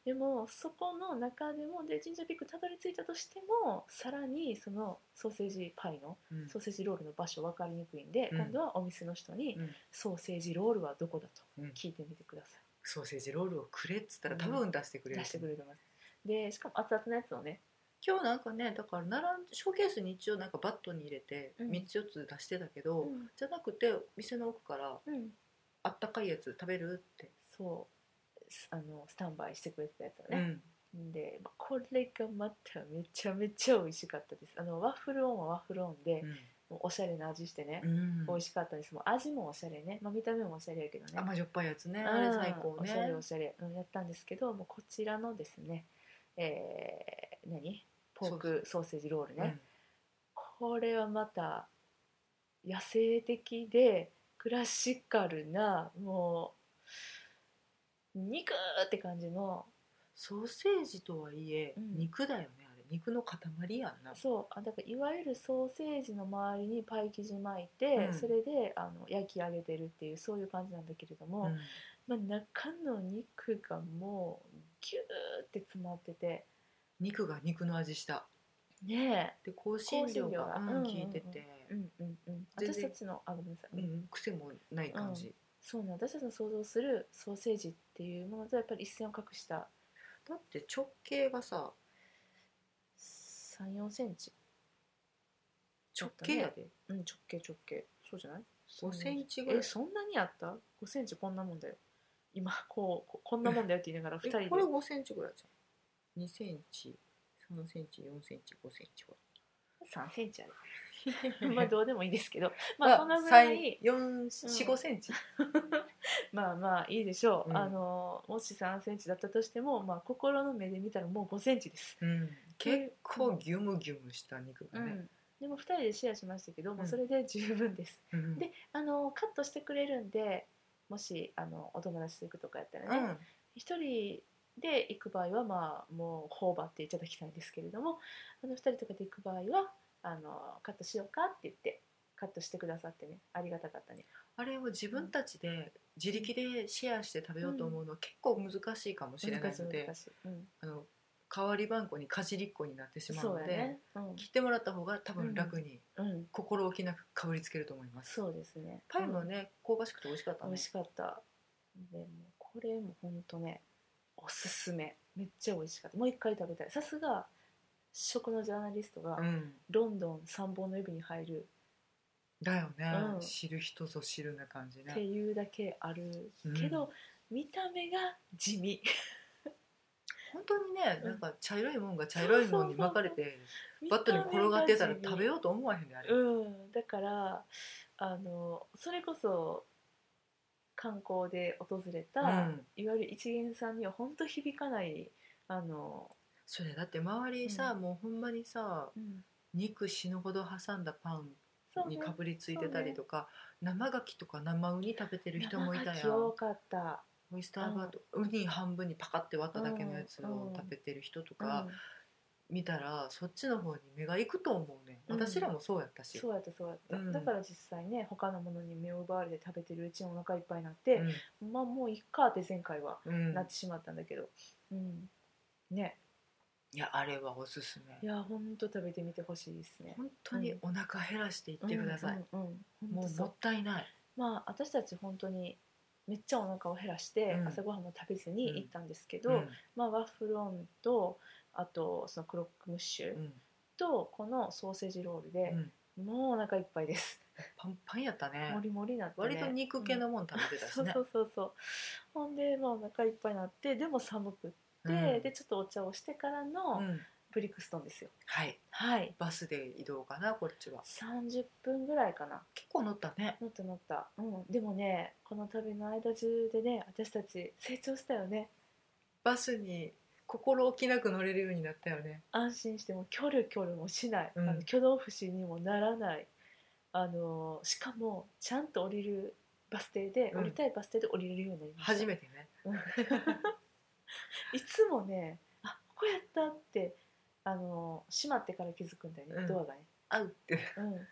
Speaker 1: でもそこの中でもで神社ピックたどり着いたとしてもさらにそのソーセージパイの
Speaker 2: うん
Speaker 1: ソーセージロールの場所分かりにくいんで、
Speaker 2: うん
Speaker 1: 今度はお店の人に、
Speaker 2: うん
Speaker 1: ソーセージロールはどこだと
Speaker 2: うん
Speaker 1: 聞いてみてくださ
Speaker 2: ソーセージロールをくれっつったら多分出してく
Speaker 1: い、
Speaker 2: れる、
Speaker 1: 出してくれると思いますでしかも熱々のやつをね
Speaker 2: 今日なんかねだから並んでショーケースに一応なんかバットに入れて
Speaker 1: うん
Speaker 2: 3つ4つ出してたけど、
Speaker 1: うん
Speaker 2: じゃなくて店の奥からあったかいやつ食べるって、
Speaker 1: そうすあのスタンバイしてくれてたやつだね、でまこれがまためちゃめちゃ美味しかったですあのワッフルオンはワッフルオンで
Speaker 2: う、ん
Speaker 1: もうおしゃれな味してね、
Speaker 2: うん
Speaker 1: 美味しかったですもう味もおしゃれね、まあ、見た目もおしゃれやけどね
Speaker 2: 甘じょっぱいやつねあれ最高
Speaker 1: うんおしゃれ
Speaker 2: ね
Speaker 1: おしゃれ、うん、やったんですけどもうこちらのですねえー、何ポークソーセージロールね、これはまた野生的でクラシカルなもう肉って感じの
Speaker 2: ソーセージとはいえ
Speaker 1: うん
Speaker 2: 肉だよねあれ肉の塊やんな
Speaker 1: そうあだからいわゆるソーセージの周りにパイ生地巻いて、
Speaker 2: うん
Speaker 1: それであの焼き上げてるっていうそういう感じなんだけれども、
Speaker 2: うん
Speaker 1: まあ、中の肉がもうギューって詰まってて
Speaker 2: 肉が肉の味した
Speaker 1: ね
Speaker 2: で香
Speaker 1: 香辛
Speaker 2: 辛料が
Speaker 1: 料が
Speaker 2: うん
Speaker 1: うん
Speaker 2: 効いてて
Speaker 1: え、うんうんうん、
Speaker 2: 全
Speaker 1: 私
Speaker 2: 然
Speaker 1: たちのあごめんなさい、
Speaker 2: うん癖もない感じ
Speaker 1: そうね私たちの想像するソーセージっていうものとやっぱり一線を画した
Speaker 2: だって直径がさ
Speaker 1: 3 4センチ
Speaker 2: 直径やで
Speaker 1: うん直径直径そうじゃない
Speaker 2: 5センチぐらい
Speaker 1: えそんなにあった5センチこんなもんだよ今こうここんなもんだよって言いながら2人
Speaker 2: え
Speaker 1: で
Speaker 2: これ5センチぐらいじゃん2センチ3センチ4センチ5センチは
Speaker 1: 3センチある まあ どうでもいいですけどま
Speaker 2: ま
Speaker 1: あ
Speaker 2: あ
Speaker 1: そんなぐらい
Speaker 2: 最四四五センチ
Speaker 1: まあまあいいでしょう、
Speaker 2: うん
Speaker 1: あのもし3センチだったとしても、まあ、心の目で見たらもう5センチです、
Speaker 2: うん結構ギュムギュムした肉がね
Speaker 1: ででも2人でシェアしましたけど、もううんそれで十分です
Speaker 2: うん
Speaker 1: であのカットしてくれるんでもしあのお友達と行くとかやった
Speaker 2: う
Speaker 1: らね、
Speaker 2: ん
Speaker 1: 一人で行く場合はまあもう頬張っていただきたいんですけれどもあの2人とかで行く場合はあのカットしようかって言ってカットしてくださってねありがたかったね
Speaker 2: あれを自分たちで自力でシェアして食べようと思うのは結構難しいかもしれないので
Speaker 1: 難しい、うん、
Speaker 2: あの代わり番こにかじりっこになってしまう
Speaker 1: そう
Speaker 2: の
Speaker 1: や
Speaker 2: で
Speaker 1: ね、うん
Speaker 2: 切ってもらった方が多分楽に
Speaker 1: うん、
Speaker 2: 心置きなくかぶりつけると思います
Speaker 1: そうですね
Speaker 2: パイもね香ばしくて美味しかった
Speaker 1: 美
Speaker 2: ね
Speaker 1: 味しかったでもこれもほんとねおすすめめっちゃ美味しかったもう一回食べたいさすが食のジャーナリストが
Speaker 2: うん
Speaker 1: ロンドン3本の指に入る
Speaker 2: だよね
Speaker 1: うん
Speaker 2: 知る人ぞ知るな感じ
Speaker 1: って
Speaker 2: ね
Speaker 1: いうだけある
Speaker 2: うん
Speaker 1: けど、見た目が地味
Speaker 2: 本当にね
Speaker 1: うん
Speaker 2: なんか茶色いもんが茶色いもんに巻かれてバットに転がってたら食べようと思わへんであれ
Speaker 1: うんだからあのそれこそ観光で訪れた、
Speaker 2: うん
Speaker 1: いわゆる一元さんには本当響かないあの、
Speaker 2: それだって周りさもうほんまにさ肉死ぬほど挟んだパン
Speaker 1: そうね
Speaker 2: にかぶりついてたりとか、生牡蠣とか生ウニ食べてる人もいた
Speaker 1: 生牡
Speaker 2: や
Speaker 1: 蠣多
Speaker 2: ん
Speaker 1: かった
Speaker 2: オイスターバーとか、ウニ半分にパカって割っただけのやつを食べてる人とか
Speaker 1: うん
Speaker 2: 見たら、そっちの方に目が行くと思うね
Speaker 1: うん
Speaker 2: 私らもそうやったし、
Speaker 1: そうやったそうやった、
Speaker 2: うん
Speaker 1: だから実際ね他のものに目を奪われて食べてるうちにお腹いっぱいになっ
Speaker 2: う
Speaker 1: て、
Speaker 2: ん
Speaker 1: まあもういっかって前回は
Speaker 2: うん
Speaker 1: なってしまったんだけど、うんね
Speaker 2: いやあれはおすす
Speaker 1: い
Speaker 2: め
Speaker 1: やほんと食べてみてほしいですね
Speaker 2: 本当にお腹減らしていってください、、
Speaker 1: うんうんうん、
Speaker 2: も
Speaker 1: ほん
Speaker 2: う
Speaker 1: とそ
Speaker 2: も
Speaker 1: う
Speaker 2: ったいない
Speaker 1: まあ私たち本当にめっちゃお腹を減らして、
Speaker 2: うん
Speaker 1: 朝ごはんも食べずに行ったんですけど、
Speaker 2: うん
Speaker 1: まあ、ワッフルオンとあとそのクロックムッシュ
Speaker 2: うん
Speaker 1: とこのソーセージロールで
Speaker 2: う、ん
Speaker 1: もうお腹いっぱいです
Speaker 2: パンパンやったね
Speaker 1: もりもりになって、ね、
Speaker 2: 割と肉系のもん食べてたし
Speaker 1: そう
Speaker 2: ね
Speaker 1: そ、うそうそうほんでまあお腹いっぱいになってでも寒くって、
Speaker 2: うん
Speaker 1: でちょっとお茶をしてから
Speaker 2: う
Speaker 1: の
Speaker 2: ん
Speaker 1: ブリクストンですよ、
Speaker 2: はい
Speaker 1: はい
Speaker 2: バスで移動かなこっちは
Speaker 1: 30分ぐらいかな
Speaker 2: 結構乗ったね
Speaker 1: 乗った乗った、うん、でもねこの旅の間中でね私たち成長したよね
Speaker 2: バスに心置きなく乗れるようになったよね
Speaker 1: 安心してもキョロキョロもしない、
Speaker 2: うん
Speaker 1: あの挙動不審にもならないあのしかもちゃんと降りるバス停で、
Speaker 2: うん
Speaker 1: 降りたいバス停で降りれるようになりました
Speaker 2: 初めてね
Speaker 1: いつもねあここやったってあの閉まってから気づくんだよね、
Speaker 2: うん
Speaker 1: ドアがね、
Speaker 2: 会うって、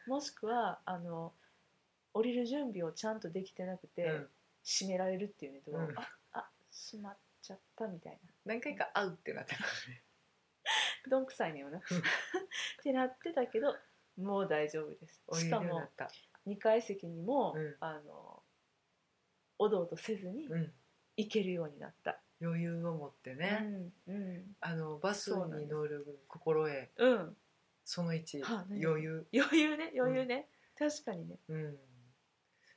Speaker 1: うん、もしくはあの降りる準備をちゃんとできてなくて、
Speaker 2: うん
Speaker 1: 閉められるっていうねドアを、
Speaker 2: うん
Speaker 1: ああ閉まっちゃったみたいな
Speaker 2: 何回か会うってなってたからね
Speaker 1: どんくさいねよな ってなってたけどもう大丈夫です
Speaker 2: 降り
Speaker 1: し
Speaker 2: れ
Speaker 1: か
Speaker 2: るようにな
Speaker 1: も
Speaker 2: った
Speaker 1: 2階席にも、
Speaker 2: うん
Speaker 1: あのおどおどせずに
Speaker 2: うん
Speaker 1: 行けるようになった、
Speaker 2: 余裕を持ってね、
Speaker 1: うんうん
Speaker 2: あのバス
Speaker 1: そうなんで
Speaker 2: に
Speaker 1: す
Speaker 2: 乗る心得
Speaker 1: うん
Speaker 2: その1
Speaker 1: は何
Speaker 2: 余裕
Speaker 1: 余裕ね余裕ね、確かにね
Speaker 2: うん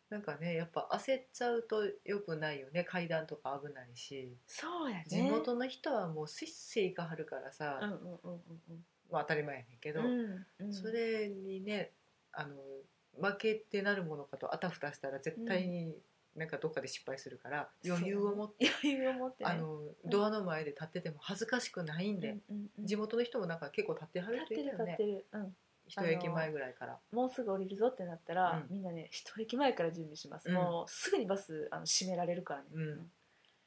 Speaker 2: なんかねやっぱ焦っちゃうとよくないよね階段とか危ないし
Speaker 1: そうやね
Speaker 2: 地元の人はもうスイスイ行かはるからさ、
Speaker 1: うんうんうんうん
Speaker 2: まあ当たり前やねんけど、
Speaker 1: うんうん
Speaker 2: それにねあの負けってなるものかとあたふたしたら絶対になんかどっかで失敗するから、余裕を持って、
Speaker 1: 余裕を持ってね
Speaker 2: あのドアの前で立ってても恥ずかしくないんで、
Speaker 1: うんうんうん
Speaker 2: 地元の人もなんか結構立ってはる
Speaker 1: 立っ
Speaker 2: 人い
Speaker 1: て
Speaker 2: る
Speaker 1: る立
Speaker 2: よ
Speaker 1: っ
Speaker 2: ね
Speaker 1: てる、うん、
Speaker 2: 一駅前ぐらいから
Speaker 1: もうすぐ降りるぞってなったら、
Speaker 2: う
Speaker 1: みんなね一駅前から準備します、
Speaker 2: うん
Speaker 1: もうすぐにバスあの閉められるからね
Speaker 2: うん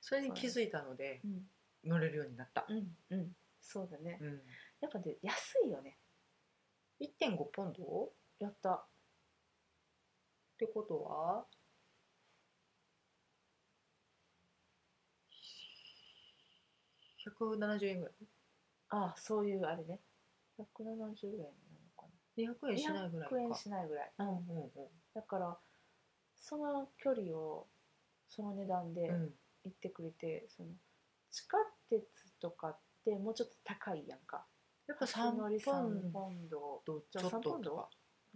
Speaker 2: それに気づいたので
Speaker 1: うん
Speaker 2: 乗れるようになった、
Speaker 1: うんうんそうだね、
Speaker 2: うん
Speaker 1: やっぱね安いよね
Speaker 2: 1.5ポンドっ
Speaker 1: やった
Speaker 2: てことは170円ぐらい
Speaker 1: ああそういうあれね170円なのか
Speaker 2: 200
Speaker 1: な
Speaker 2: 円しないぐらいか
Speaker 1: 200円しないぐらい、
Speaker 2: うんうん
Speaker 1: だからその距離をその値段で
Speaker 2: うんうん
Speaker 1: 行ってくれて、その地下鉄とかってもうちょっと高いやんか
Speaker 2: やっぱ
Speaker 1: 3
Speaker 2: 3
Speaker 1: 乗り
Speaker 2: ポ
Speaker 1: 3
Speaker 2: ン
Speaker 1: ポンド
Speaker 2: ドち
Speaker 1: じゃあ
Speaker 2: ょっと
Speaker 1: 3ポン
Speaker 2: と
Speaker 1: ド
Speaker 2: か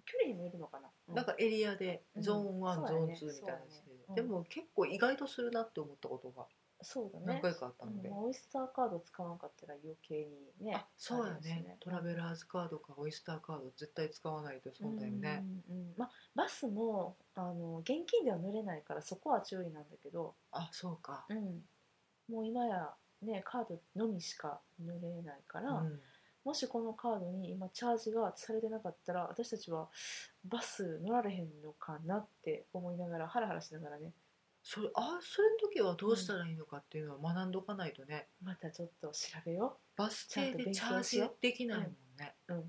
Speaker 1: 距離にもよるのかな、う
Speaker 2: なんかエリアで
Speaker 1: うん
Speaker 2: ゾーン1、
Speaker 1: そう
Speaker 2: ゾ
Speaker 1: や
Speaker 2: ーン
Speaker 1: ね
Speaker 2: 2みた
Speaker 1: そ
Speaker 2: いなやつ
Speaker 1: う
Speaker 2: で、
Speaker 1: やねうん
Speaker 2: でも結構意外とするなって思ったことが
Speaker 1: そうだね
Speaker 2: 何回かあったので、
Speaker 1: うん、オイスターカード使わんかったら余計にね
Speaker 2: あそうや
Speaker 1: あれ
Speaker 2: ね
Speaker 1: し
Speaker 2: トラベラーズカードかオイスターカード絶対使わないと損だよね、
Speaker 1: うんうんうんまあバスもあの現金では乗れないからそこは注意なんだけど、
Speaker 2: あそうか、
Speaker 1: もう今や、ね、カードのみしか乗れないから、
Speaker 2: うん
Speaker 1: もしこのカードに今チャージがされてなかったら私たちはバス乗られへんのかなって思いながらハラハラしながらね
Speaker 2: それあそれの時はどうしたらいいのかっていうのは学んどかないとね、
Speaker 1: またちょっと調べよ
Speaker 2: バス停で
Speaker 1: ち
Speaker 2: チ
Speaker 1: ゃんと勉
Speaker 2: ャー
Speaker 1: 強し
Speaker 2: ジ
Speaker 1: よう
Speaker 2: できないもんね、
Speaker 1: う、うん、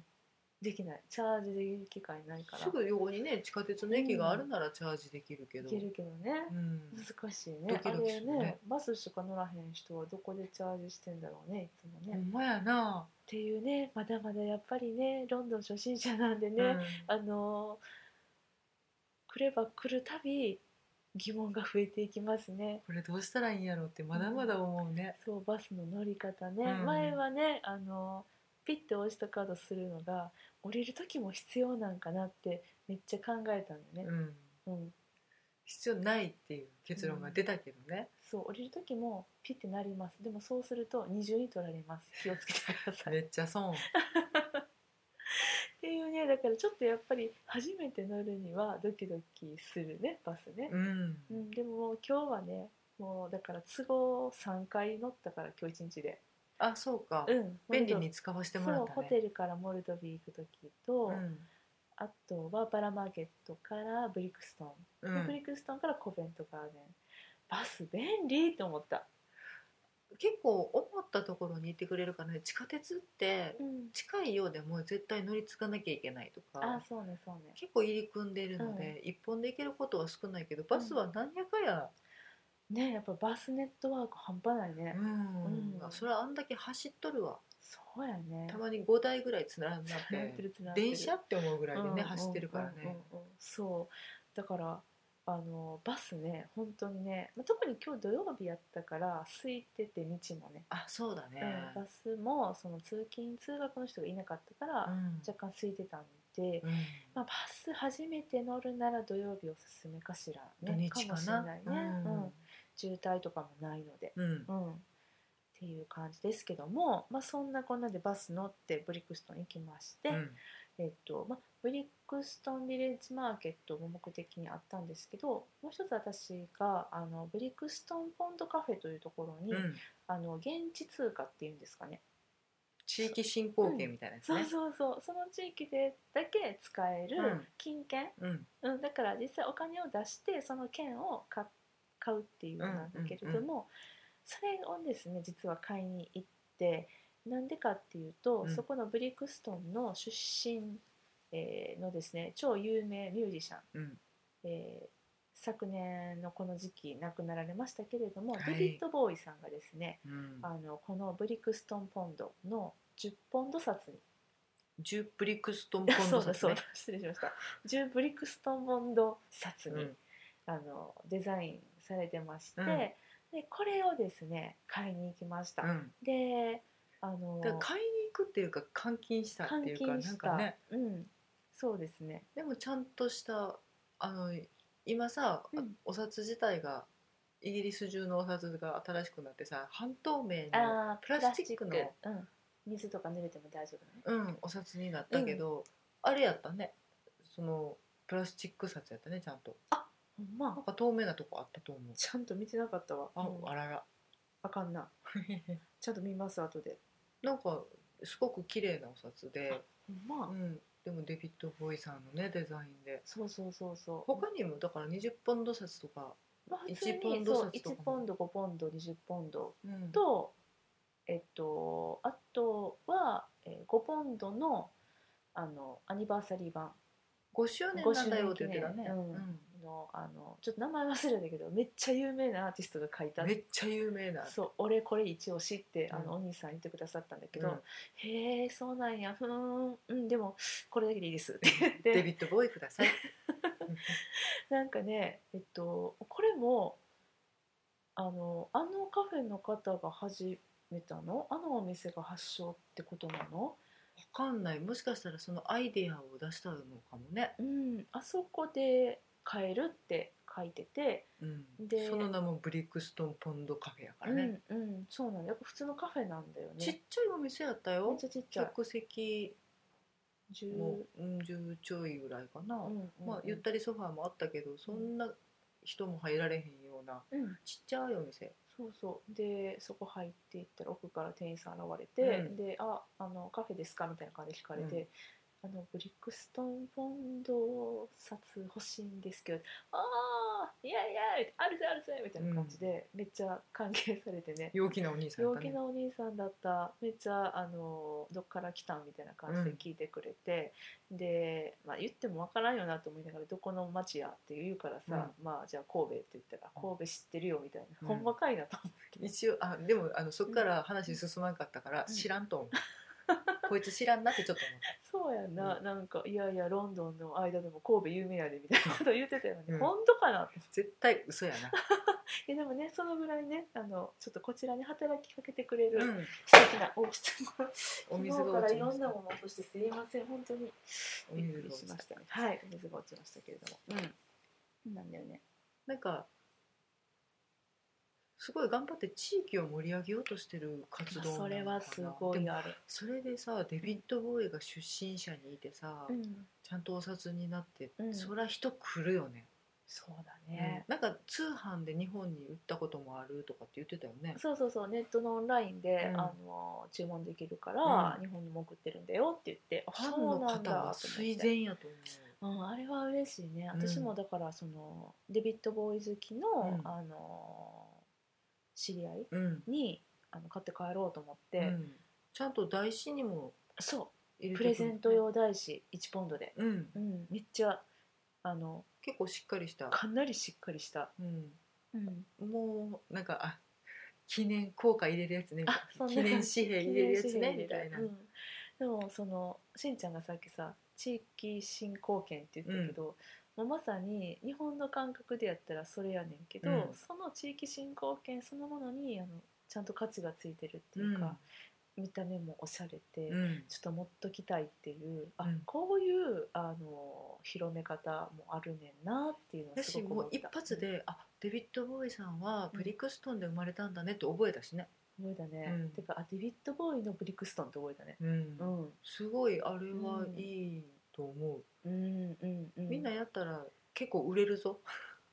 Speaker 1: できないチャージできる機会ないから
Speaker 2: すぐ横にね地下鉄の駅があるならチャージできるけ
Speaker 1: い
Speaker 2: ど、
Speaker 1: けるけどね
Speaker 2: うん、
Speaker 1: 難しいね
Speaker 2: ドキドキするね
Speaker 1: あれねバスしか乗らへん人はどこでチャージしてんだろうねいつもね、
Speaker 2: ほ
Speaker 1: っ
Speaker 2: んまやな、
Speaker 1: ていうねまだまだやっぱりねロンドン初心者なんでね、
Speaker 2: うん
Speaker 1: あのー来れば来るたび疑問が増えていきますね。
Speaker 2: これどうしたらいいんやろってまだまだ思うね、
Speaker 1: そうバスの乗り方ね、
Speaker 2: うん
Speaker 1: 前はねあのーピッて押したカードするのが降りる時も必要なんかなってめっちゃ考えたんだ
Speaker 2: う
Speaker 1: よね。
Speaker 2: ん
Speaker 1: うん
Speaker 2: 必要ないっていう結論が出たけどね、
Speaker 1: そう降りる時もピッてなりますでもそうすると二重に取られます気をつけてください。
Speaker 2: めっちゃ損
Speaker 1: っていうねだからちょっとやっぱり初めて乗るにはドキドキするねバスね。
Speaker 2: うん、
Speaker 1: うん、でももう今日はねもうだから都合3回乗ったから今日一日で、
Speaker 2: あそうか、
Speaker 1: うん、
Speaker 2: 便利に使わせてもらっ
Speaker 1: そ
Speaker 2: た
Speaker 1: うホ
Speaker 2: ね
Speaker 1: テルからモルドビー行く時と、あとはバラマーケットからブリクストン、
Speaker 2: うん、う
Speaker 1: でブ
Speaker 2: ん、
Speaker 1: リクストンからコベントガーデンバス便利と思った、
Speaker 2: 結構思ったところにいてくれるからね地下鉄って
Speaker 1: うん、
Speaker 2: 近いようでも絶対乗り継がなきゃいけないと
Speaker 1: あ
Speaker 2: か
Speaker 1: そうねそうね
Speaker 2: 結構入り組んでるので、一本で行けることは少ないけどバスは何やかや、
Speaker 1: ねやっぱバスネットワーク半端ないね、
Speaker 2: うん
Speaker 1: うん
Speaker 2: それはあんだけ走っとるわ
Speaker 1: そうやね
Speaker 2: たまに5台ぐらいつながっ
Speaker 1: つなが って
Speaker 2: て
Speaker 1: るつながってる
Speaker 2: 電車って思うぐらいでね、
Speaker 1: うん
Speaker 2: 走ってるからね、
Speaker 1: うんうんうんうんそうだからあのバスね本当にね、まあ、特に今日土曜日やったから空いてて道もね、
Speaker 2: あそうだね、
Speaker 1: うんバスもその通勤通学の人がいなかったから、
Speaker 2: うん
Speaker 1: 若干空いてたんで、
Speaker 2: うん
Speaker 1: まあ、バス初めて乗るなら土曜日おすすめかしら
Speaker 2: 土
Speaker 1: ね
Speaker 2: 日
Speaker 1: も
Speaker 2: か
Speaker 1: しれ
Speaker 2: な
Speaker 1: ないね、うん渋滞とかもないので、
Speaker 2: うんうん
Speaker 1: うん、っていう感じですけども、まあ、そんなこんなでバス乗ってブリクストン行きまして、
Speaker 2: うん
Speaker 1: えっとまあ、ブリックストンビレッジマーケットも目的にあったんですけどもう一つ私があのブリックストンポンドカフェというところに、
Speaker 2: うん
Speaker 1: あの現地通貨っていうんですかね
Speaker 2: 地域振興券みたいなやつ
Speaker 1: そ
Speaker 2: ね
Speaker 1: うそうそうその地域でだけ使え
Speaker 2: う
Speaker 1: る
Speaker 2: ん
Speaker 1: 金券、
Speaker 2: うん
Speaker 1: うんだから実際お金を出してその券を買買うっていうのなんだけれども、
Speaker 2: うん
Speaker 1: それをですね実は買いに行ってなんでかっていうと、
Speaker 2: うん
Speaker 1: そこのブリクストンの出身、えーのですね超有名ミュージシャン、
Speaker 2: うん
Speaker 1: えー昨年のこの時期亡くなられましたけれども、
Speaker 2: はい
Speaker 1: デビッド・ボーイさんがですね
Speaker 2: うん
Speaker 1: あのこのブリクストンポンドの10ポンド札に
Speaker 2: 10ブリクストンポン
Speaker 1: そ
Speaker 2: ド
Speaker 1: うだ
Speaker 2: 札
Speaker 1: そう
Speaker 2: ね
Speaker 1: だ失礼しました10ブリクストンポンド札に、
Speaker 2: うん
Speaker 1: あのデザインされてまして、
Speaker 2: うん
Speaker 1: でこれをですね買いに行きました、
Speaker 2: うん
Speaker 1: であの
Speaker 2: だから買いに行くっていうか換金したっていう
Speaker 1: 換
Speaker 2: か
Speaker 1: 金
Speaker 2: なん
Speaker 1: し
Speaker 2: か
Speaker 1: た、
Speaker 2: ね
Speaker 1: うんそうですね
Speaker 2: でもちゃんとしたあの今さ、
Speaker 1: うん
Speaker 2: お札自体がイギリス中のお札が新しくなってさ半透明の、
Speaker 1: あー
Speaker 2: プラスチックの
Speaker 1: プラスチックうん、水とか濡れても大丈夫なね
Speaker 2: うん、お札になったけど、あれやったねそのプラスチック札やったねちゃんと
Speaker 1: ほんま
Speaker 2: なんか透明なとこあったと思う
Speaker 1: ちゃんと見てなかったわ
Speaker 2: あ,、
Speaker 1: うん
Speaker 2: あらら
Speaker 1: あかん なちゃんと見ます後で
Speaker 2: なんかすごく綺麗なお札で、
Speaker 1: ほんま、
Speaker 2: うん、でもデビッド・ボーイさんのねデザインで
Speaker 1: そうそうそうそう
Speaker 2: 他にもだから20ポンド札とか、
Speaker 1: まあ、普通に
Speaker 2: 1ポンド
Speaker 1: そう
Speaker 2: 札とかも
Speaker 1: 1ポンド5ポンド20ポンド
Speaker 2: うん
Speaker 1: と、えっと、あとは、えー5ポンドのあのアニバーサリー版
Speaker 2: 5周年なんだよって言ってた
Speaker 1: 5周年記念
Speaker 2: ね、
Speaker 1: うんのあのちょっと名前忘れたけどめっちゃ有名なアーティストが書いた
Speaker 2: めっちゃ有名な
Speaker 1: そう俺これ一押しってあの、
Speaker 2: う
Speaker 1: お兄さん言ってくださったんだけ
Speaker 2: け
Speaker 1: ど、
Speaker 2: ど、
Speaker 1: へえそうなんやふーんうんでもこれだけでいいですって言っ
Speaker 2: デ
Speaker 1: て
Speaker 2: ビッド・ボーイください
Speaker 1: なんかねえっとこれもあのあのカフェの方が始めたのあのお店が発祥ってことなの
Speaker 2: わかんないもしかしたらそのアイデアを出したのかもね、
Speaker 1: うん、あそこで買えるって書いてて、
Speaker 2: うん
Speaker 1: で
Speaker 2: その名もブリックストン・ポンドカフェやからね、
Speaker 1: うんうん、そうなんだやっぱ普通のカフェなんだよね
Speaker 2: ちっちゃいお店やった
Speaker 1: めっ
Speaker 2: よ
Speaker 1: ちゃちっちゃい
Speaker 2: 客席
Speaker 1: 十
Speaker 2: もうん10ちょいぐらいかな、
Speaker 1: うんうんうん
Speaker 2: まあゆったりソファーもあったけどそんな人も入られへんような
Speaker 1: うん
Speaker 2: ちっちゃいお店
Speaker 1: そうそうでそこ入っていったら奥から店員さん現れて、
Speaker 2: うん
Speaker 1: で「ああのカフェですか?」みたいな感じで聞かれて「あのブリックストンポンド札欲しいんですけど」ああいやいやあるぜあるぜ」みたいな感じで、めっちゃ歓迎されてね
Speaker 2: 陽気なお兄さんだ
Speaker 1: 陽
Speaker 2: ったね
Speaker 1: 気なお兄さんだっためっちゃあのどっから来たんみたいな感じで聞いてくれて、で、まあ、言ってもわからんよなと思いながらどこの町やって言うからさ、まあじゃあ神戸って言ったら神戸知ってるよみたいな、
Speaker 2: うん
Speaker 1: ほんまかいなと思って、
Speaker 2: 一応あでもあのそこから話進まなかったから、
Speaker 1: うん
Speaker 2: 知らんと思うこいつ知らんなってちょっと思
Speaker 1: そ
Speaker 2: った
Speaker 1: うやんな、
Speaker 2: う
Speaker 1: なんかいやいやロンドンの間でも神戸有名やでみたいなこと言ってたよね、
Speaker 2: うん
Speaker 1: 本当かなって
Speaker 2: 絶対嘘やな、
Speaker 1: いやでもねそのぐらいねあのちょっとこちらに働きかけてくれ
Speaker 2: う
Speaker 1: る
Speaker 2: ん、
Speaker 1: 素敵なお人が
Speaker 2: お水
Speaker 1: 昨日
Speaker 2: が
Speaker 1: か
Speaker 2: 落
Speaker 1: ら
Speaker 2: ち
Speaker 1: い
Speaker 2: ま
Speaker 1: ろ
Speaker 2: し
Speaker 1: んな
Speaker 2: た
Speaker 1: もの落としてすいません本当に
Speaker 2: お
Speaker 1: びっく
Speaker 2: 水が
Speaker 1: り
Speaker 2: 落
Speaker 1: し
Speaker 2: ちま
Speaker 1: ま
Speaker 2: し
Speaker 1: したたね。はい、お水が落ちましたけれども。うん。なんだよね。
Speaker 2: なんかすごい頑張って地域を盛り上げようとしてる活動なのか
Speaker 1: そ
Speaker 2: な
Speaker 1: れはすご
Speaker 2: で
Speaker 1: い
Speaker 2: も
Speaker 1: ある。
Speaker 2: それでさデビッド・ボーイが出身者にいてさ、
Speaker 1: うん。
Speaker 2: ちゃんとお札になって、
Speaker 1: うん
Speaker 2: そりゃ人来るよね、
Speaker 1: そうだね。
Speaker 2: なんか通販で日本に売ったこともあるとかって言ってたよね
Speaker 1: そうそうそうネットのオンラインで、
Speaker 2: うん
Speaker 1: あの注文できるから、
Speaker 2: う
Speaker 1: 日本にも送ってるんだよって言って、あ
Speaker 2: ファン
Speaker 1: そう
Speaker 2: の
Speaker 1: なん
Speaker 2: 方
Speaker 1: だ
Speaker 2: は
Speaker 1: と思っ
Speaker 2: 垂
Speaker 1: て。
Speaker 2: 涎やと思う
Speaker 1: うん、あれは嬉しいね
Speaker 2: うん
Speaker 1: 私もだからその、デビッド・ボーイ好きの、
Speaker 2: うん
Speaker 1: あの知り合い
Speaker 2: うん、
Speaker 1: にあの買って帰ろうと思って、
Speaker 2: うんちゃんと台紙にも
Speaker 1: そ
Speaker 2: 入
Speaker 1: う
Speaker 2: れ
Speaker 1: プ
Speaker 2: て
Speaker 1: レ
Speaker 2: くる
Speaker 1: ゼント用台紙1ポンドで、
Speaker 2: うん
Speaker 1: うん、めっちゃあの
Speaker 2: 結構しっかりした、
Speaker 1: かなりしっかりした、
Speaker 2: うん、
Speaker 1: うん、
Speaker 2: もうなんかあ記念硬貨入れるやつねみたい
Speaker 1: あそん
Speaker 2: な
Speaker 1: な
Speaker 2: 記念紙幣入れるやつねみたいな、
Speaker 1: うんでもそのしんちゃんがさっきさ地域振興券って言ったけど、もうまさに日本の感覚でやったらそれやねんけど、
Speaker 2: うん
Speaker 1: その地域振興券そのものにあのちゃんと価値がついてるっていうか、見た目もおしゃれて、
Speaker 2: うんうん
Speaker 1: ちょっと持っときたいっていうあ、
Speaker 2: うん
Speaker 1: こういうあの広め方もあるねんなっていうの
Speaker 2: だ
Speaker 1: はす
Speaker 2: し
Speaker 1: ごく
Speaker 2: も
Speaker 1: 思
Speaker 2: う
Speaker 1: った
Speaker 2: 一発で「あデビッド・ボーイさんはブリクストンで生まれたんだね」って覚えたしね、
Speaker 1: 覚えたね、
Speaker 2: うん
Speaker 1: てかあデビッド・ボーイのブリクストンって覚えたね
Speaker 2: うん
Speaker 1: うん
Speaker 2: すごいあれはいいと思う、
Speaker 1: うんうんうん、
Speaker 2: みんなやったら結構売れるぞ、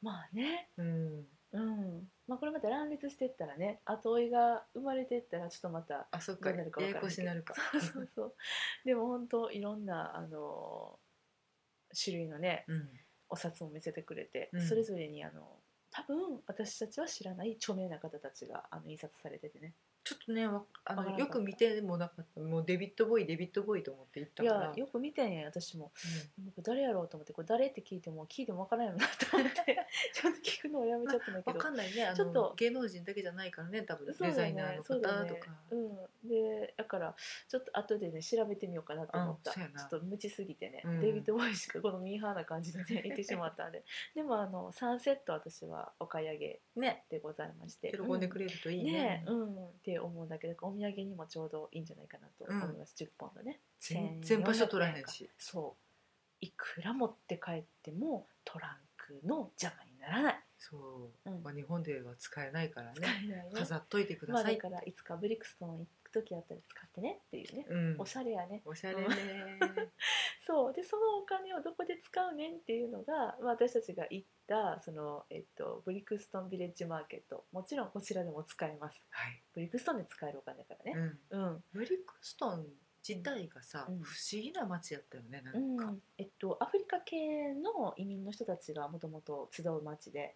Speaker 1: まあね、
Speaker 2: うん、
Speaker 1: うんまあ、これまた乱立してったらね後追いが生まれてったらちょっとまた
Speaker 2: あそっ
Speaker 1: ど
Speaker 2: か
Speaker 1: うなるか
Speaker 2: や
Speaker 1: 分
Speaker 2: や
Speaker 1: から
Speaker 2: こ
Speaker 1: ん
Speaker 2: し
Speaker 1: けど
Speaker 2: になるか
Speaker 1: そうそうそうでも本当いろんな、あのー種類のね
Speaker 2: うん
Speaker 1: お札を見せてくれて、
Speaker 2: うん
Speaker 1: それぞれにあの多分私たちは知らない著名な方たちがあの印刷されててね
Speaker 2: ちょっとねわあ
Speaker 1: わから
Speaker 2: の
Speaker 1: ん
Speaker 2: よく見てもなかったもうデビッド・ボーイデビッド・ボーイと思って行った
Speaker 1: い
Speaker 2: から
Speaker 1: やよく見てんやん私ももう誰やろうと思ってこれ誰って聞いても聞いても分からんよなと思って ちょっと聞くのをやめちゃったんだ
Speaker 2: う
Speaker 1: け
Speaker 2: ん、
Speaker 1: ど
Speaker 2: わかんないねあの
Speaker 1: ちょっと
Speaker 2: 芸能人だけじゃないからね多分デ
Speaker 1: そうだ
Speaker 2: ザ
Speaker 1: よ
Speaker 2: イナー
Speaker 1: ね
Speaker 2: の方
Speaker 1: そう
Speaker 2: と
Speaker 1: だ
Speaker 2: か、
Speaker 1: よねうん、でだからちょっと後でね調べてみようかなと思った、
Speaker 2: うんそうやな
Speaker 1: ちょっと無知すぎてね、
Speaker 2: うん
Speaker 1: デイビッド・ボーイしかこのミーハーな感じでね行ってしまった んででもあのサンセット私はお買い上げ
Speaker 2: ね
Speaker 1: でございまして
Speaker 2: 喜んでくれるといい
Speaker 1: ね
Speaker 2: ね,、
Speaker 1: ねうんって思うんだけどお土産にもちょうどいいんじゃないかなと思います、10本のね
Speaker 2: 全然場所取らへんし
Speaker 1: そういくら持って帰ってもトランクの邪魔にならない、
Speaker 2: そう、
Speaker 1: うん
Speaker 2: まあ、日本では使えないから
Speaker 1: 使え
Speaker 2: ね
Speaker 1: ないね
Speaker 2: 飾っといてくだ
Speaker 1: まあ
Speaker 2: さ
Speaker 1: だ
Speaker 2: い、
Speaker 1: からいつかブリクストン行く時あったら使ってねっていうね、
Speaker 2: うん、
Speaker 1: おしゃれやね
Speaker 2: おしゃれね、
Speaker 1: そうでそのお金をどこで使うねんっていうのが、まあ、私たちが行ったその、えっと、ブリクストンビレッジマーケットもちろんこちらでも使えます
Speaker 2: はい、
Speaker 1: ブリクストンで使えるお金だから
Speaker 2: う
Speaker 1: ね
Speaker 2: ん、
Speaker 1: うん、
Speaker 2: ブリクストン自体がさ、
Speaker 1: うん
Speaker 2: 不思議な街やったよねな
Speaker 1: うん
Speaker 2: んか、
Speaker 1: えっと、アフリカ系の移民の人たちがもともと集う町で、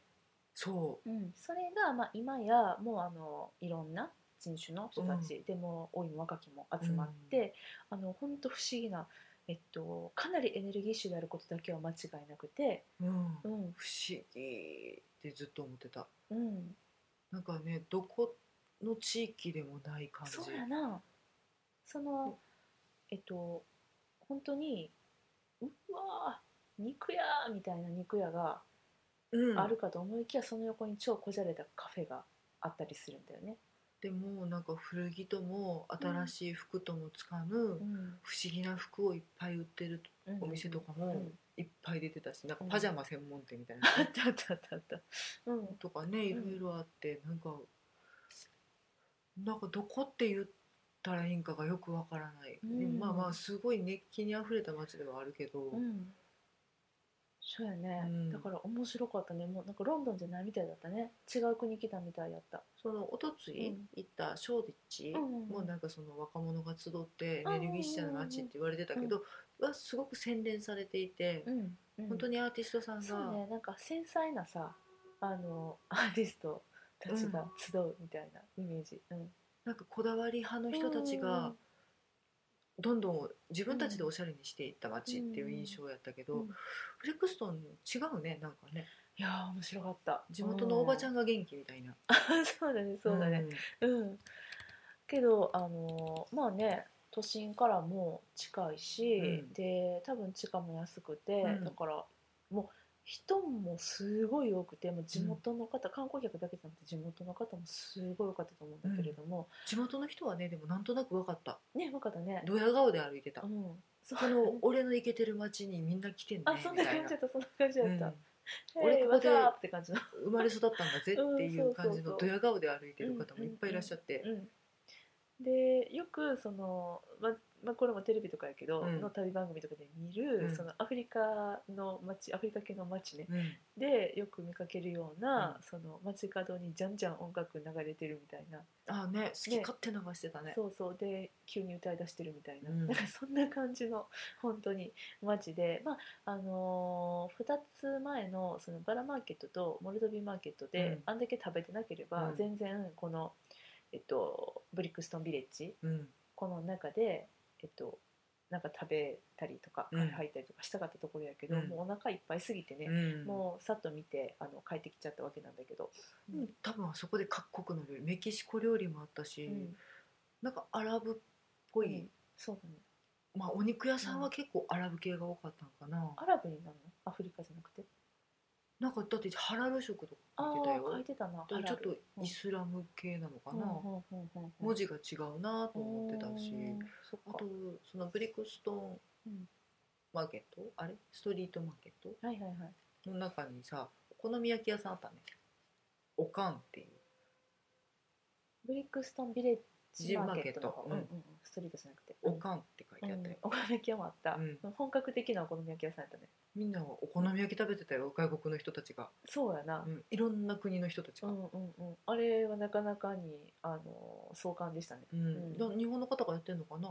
Speaker 2: そ
Speaker 1: それが、まあ、今やもうあのいろんな人種の人たち、でも老いも若きも集まって、あの本当不思議な、えっと、かなりエネルギッシュであることだけは間違いなくて、
Speaker 2: う、うん、
Speaker 1: う
Speaker 2: 不
Speaker 1: ん
Speaker 2: 思議ってずっと思ってた
Speaker 1: うん、
Speaker 2: なんかねどこの地域でもない感じ
Speaker 1: そうやなそのえっと本当にうわー肉屋みたいな肉屋が
Speaker 2: うん、
Speaker 1: あるかと思いきや、その横に超こじゃれたカフェがあったりするんだよね、
Speaker 2: でもなんか古着とも新しい服ともつかぬ、
Speaker 1: うん
Speaker 2: 不思議な服をいっぱい売ってるお店とか
Speaker 1: うん
Speaker 2: もいっぱい出てたしなんか
Speaker 1: うん
Speaker 2: パジャマ専門店みたい
Speaker 1: あ
Speaker 2: な、
Speaker 1: ったあったあったあったうん
Speaker 2: とかねいろいろあってなんかなんかどこって言ったらいいんかがよくわからない、
Speaker 1: うん
Speaker 2: まあまあすごい熱気にあふれた街ではあるけど、
Speaker 1: うんそうやね、
Speaker 2: うん
Speaker 1: だから面白かったねもうなんかロンドンじゃないみたいだったね違う国来たみたいやった
Speaker 2: そのおとつ
Speaker 1: う
Speaker 2: い
Speaker 1: ん
Speaker 2: 行ったショーディッチ
Speaker 1: うんうんうん
Speaker 2: もなんかその若者が集ってエ
Speaker 1: うんうんう
Speaker 2: ネ
Speaker 1: ん
Speaker 2: ルギッシュな街って言われてたけどはすごく洗練されていて
Speaker 1: うん、
Speaker 2: 本当
Speaker 1: に
Speaker 2: にアーティストさん
Speaker 1: そう
Speaker 2: が
Speaker 1: ねなんか繊細なさあのアーティストたちが集うみたいなイメージ、うん、
Speaker 2: なんかこだわり派の人たちがどんどん自分たちでおしゃれにしていった街っていう印象やったけ
Speaker 1: うん、う
Speaker 2: ど
Speaker 1: ん
Speaker 2: フレックストン違うねなんかね
Speaker 1: いやー面白かった
Speaker 2: 地元のおばちゃ
Speaker 1: ん、
Speaker 2: んが元気みたいな
Speaker 1: そうだねそうだね、うん、けどあのまあね都心からも近いし、
Speaker 2: うん
Speaker 1: で多分地価も安くて、
Speaker 2: うん
Speaker 1: だからもう人もすごい多くてもう地元の方、観光客だけじゃなくて地元の方もすごい多かったと思うんだけれども、
Speaker 2: 地元の人はねでもなんとなく分かった
Speaker 1: ねよかったね。
Speaker 2: ドヤ顔で歩いてた
Speaker 1: う
Speaker 2: こ
Speaker 1: ん、そう
Speaker 2: の俺のイケてる街にみんな来てんね
Speaker 1: あそん
Speaker 2: み
Speaker 1: な
Speaker 2: たい
Speaker 1: 感じだ
Speaker 2: な
Speaker 1: ったそんな感じだった。
Speaker 2: うん
Speaker 1: 俺
Speaker 2: 俺
Speaker 1: ここ
Speaker 2: ここ
Speaker 1: で
Speaker 2: で
Speaker 1: って感じの。
Speaker 2: 生まれ育ったんだぜってい
Speaker 1: うんそううそうそう
Speaker 2: 感じのドヤ顔で歩いてる方もいっぱいいらっしゃって、
Speaker 1: うん、でよくその、ままあ、これもテレビとかやけど、
Speaker 2: うん
Speaker 1: の旅番組とかで見る、
Speaker 2: うん
Speaker 1: そのアフリカの街アフリカ系の街ね
Speaker 2: うん
Speaker 1: でよく見かけるような、
Speaker 2: うん
Speaker 1: その街角にじゃんじゃん音楽流れてるみたいな、
Speaker 2: ああね好き勝手流してたね
Speaker 1: そうそうで急に歌い出してるみたいな,、
Speaker 2: うん
Speaker 1: なんかそんな感じの本当に街で、まああのー、2つ前のそのバラマーケットとモルドビーマーケットで、
Speaker 2: うん
Speaker 1: あんだけ食べてなければ、
Speaker 2: うん
Speaker 1: 全然この、えっと、ブリックストンビレッジ
Speaker 2: うん
Speaker 1: この中で、えっと、なんか食べたりとか
Speaker 2: うん
Speaker 1: カフェ入ったりとかしたかったところやけど、
Speaker 2: うん
Speaker 1: もうお腹いっぱいすぎてね、
Speaker 2: うん
Speaker 1: もうさっと見てあの帰ってきちゃったわけなんだけど、
Speaker 2: うん多分あそこで各国の料理メキシコ料理もあったし、
Speaker 1: うん
Speaker 2: なんかアラブっぽい、
Speaker 1: うんそうだね
Speaker 2: まあお肉屋さんは結構アラブ系が多かったのかな、
Speaker 1: アラブになるのアフリカじゃなくて
Speaker 2: なんかだってハラル食と
Speaker 1: あ
Speaker 2: か
Speaker 1: あ
Speaker 2: 書いてたよ
Speaker 1: 書いてたな
Speaker 2: だからちょっ
Speaker 1: ハ
Speaker 2: とイスラム系なのか
Speaker 1: ラル
Speaker 2: な、
Speaker 1: うんうんうんうんうん
Speaker 2: 文字が違うなと思ってたし、
Speaker 1: うんそっか
Speaker 2: あとそのブリックストー
Speaker 1: うん
Speaker 2: ンマーケット、あれストリートマーケット
Speaker 1: はいはいはい
Speaker 2: の中にさお好み焼き屋さんあったねおかんっていう
Speaker 1: ブリックストンビレッジ
Speaker 2: ジ
Speaker 1: マ
Speaker 2: マ
Speaker 1: ーケ
Speaker 2: ーケ
Speaker 1: ッ
Speaker 2: ッ
Speaker 1: ト
Speaker 2: ト
Speaker 1: の方、うんうんうん、ストリートじゃなくて
Speaker 2: おかんって書い
Speaker 1: うん
Speaker 2: てあったよ、
Speaker 1: お好み焼き屋もあった、
Speaker 2: う
Speaker 1: 本格的なお好み焼き屋さんやったね
Speaker 2: みんなお好み焼き食べてたよ外国の人たちが、
Speaker 1: そうやな
Speaker 2: う、ん、いろんな国の人たち
Speaker 1: う
Speaker 2: が、
Speaker 1: んうんうん、あれはなかなかにあの壮観でしたね
Speaker 2: うん
Speaker 1: うん
Speaker 2: だ日本の方がやってんのかな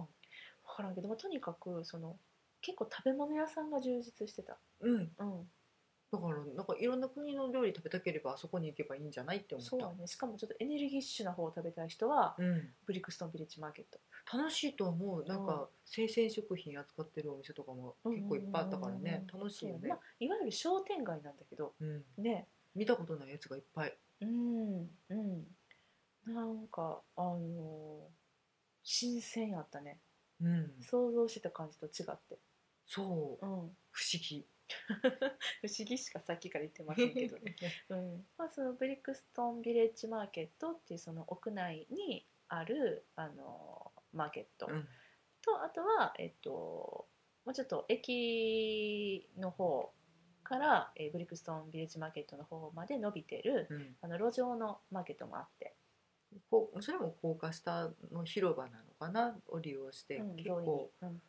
Speaker 1: 分からんけど、まあ、とにかくその結構食べ物屋さんが充実してた、
Speaker 2: うん
Speaker 1: うん、
Speaker 2: だからなんかいろんな国の料理食べたければあそこに行けばいいんじゃないって思った
Speaker 1: そうやねしかもちょっとエネルギッシュな方を食べたい人は
Speaker 2: うん、
Speaker 1: ブリクストンビレッジマーケット
Speaker 2: 楽しいと思うなんか生鮮食品扱ってるお店とかも結構いっぱいあったから
Speaker 1: うんうん
Speaker 2: ね
Speaker 1: うんうん
Speaker 2: 楽しいよ
Speaker 1: ま
Speaker 2: ね
Speaker 1: あ、、いわゆる商店街なんだけど
Speaker 2: うん、
Speaker 1: ね
Speaker 2: 見たことないやつがいっぱい
Speaker 1: うんうんなんかあのー新鮮やったね
Speaker 2: うん
Speaker 1: 想像してた感じと違って、
Speaker 2: そう
Speaker 1: うん、
Speaker 2: 不思議
Speaker 1: 不思議しかさっきから言ってませんけ どね、うんまあ、そのブリックストンビレッジマーケットっていうその屋内にある、あのーマーケット、
Speaker 2: うん
Speaker 1: とあとはえっともうちょっと駅の方から、えーブリクストンビレッジマーケットの方まで伸びてる
Speaker 2: うん
Speaker 1: あの路上のマーケットもあって、
Speaker 2: こうそれも高架下の広場なのかなを利用して
Speaker 1: うん
Speaker 2: 結構
Speaker 1: 上位にうん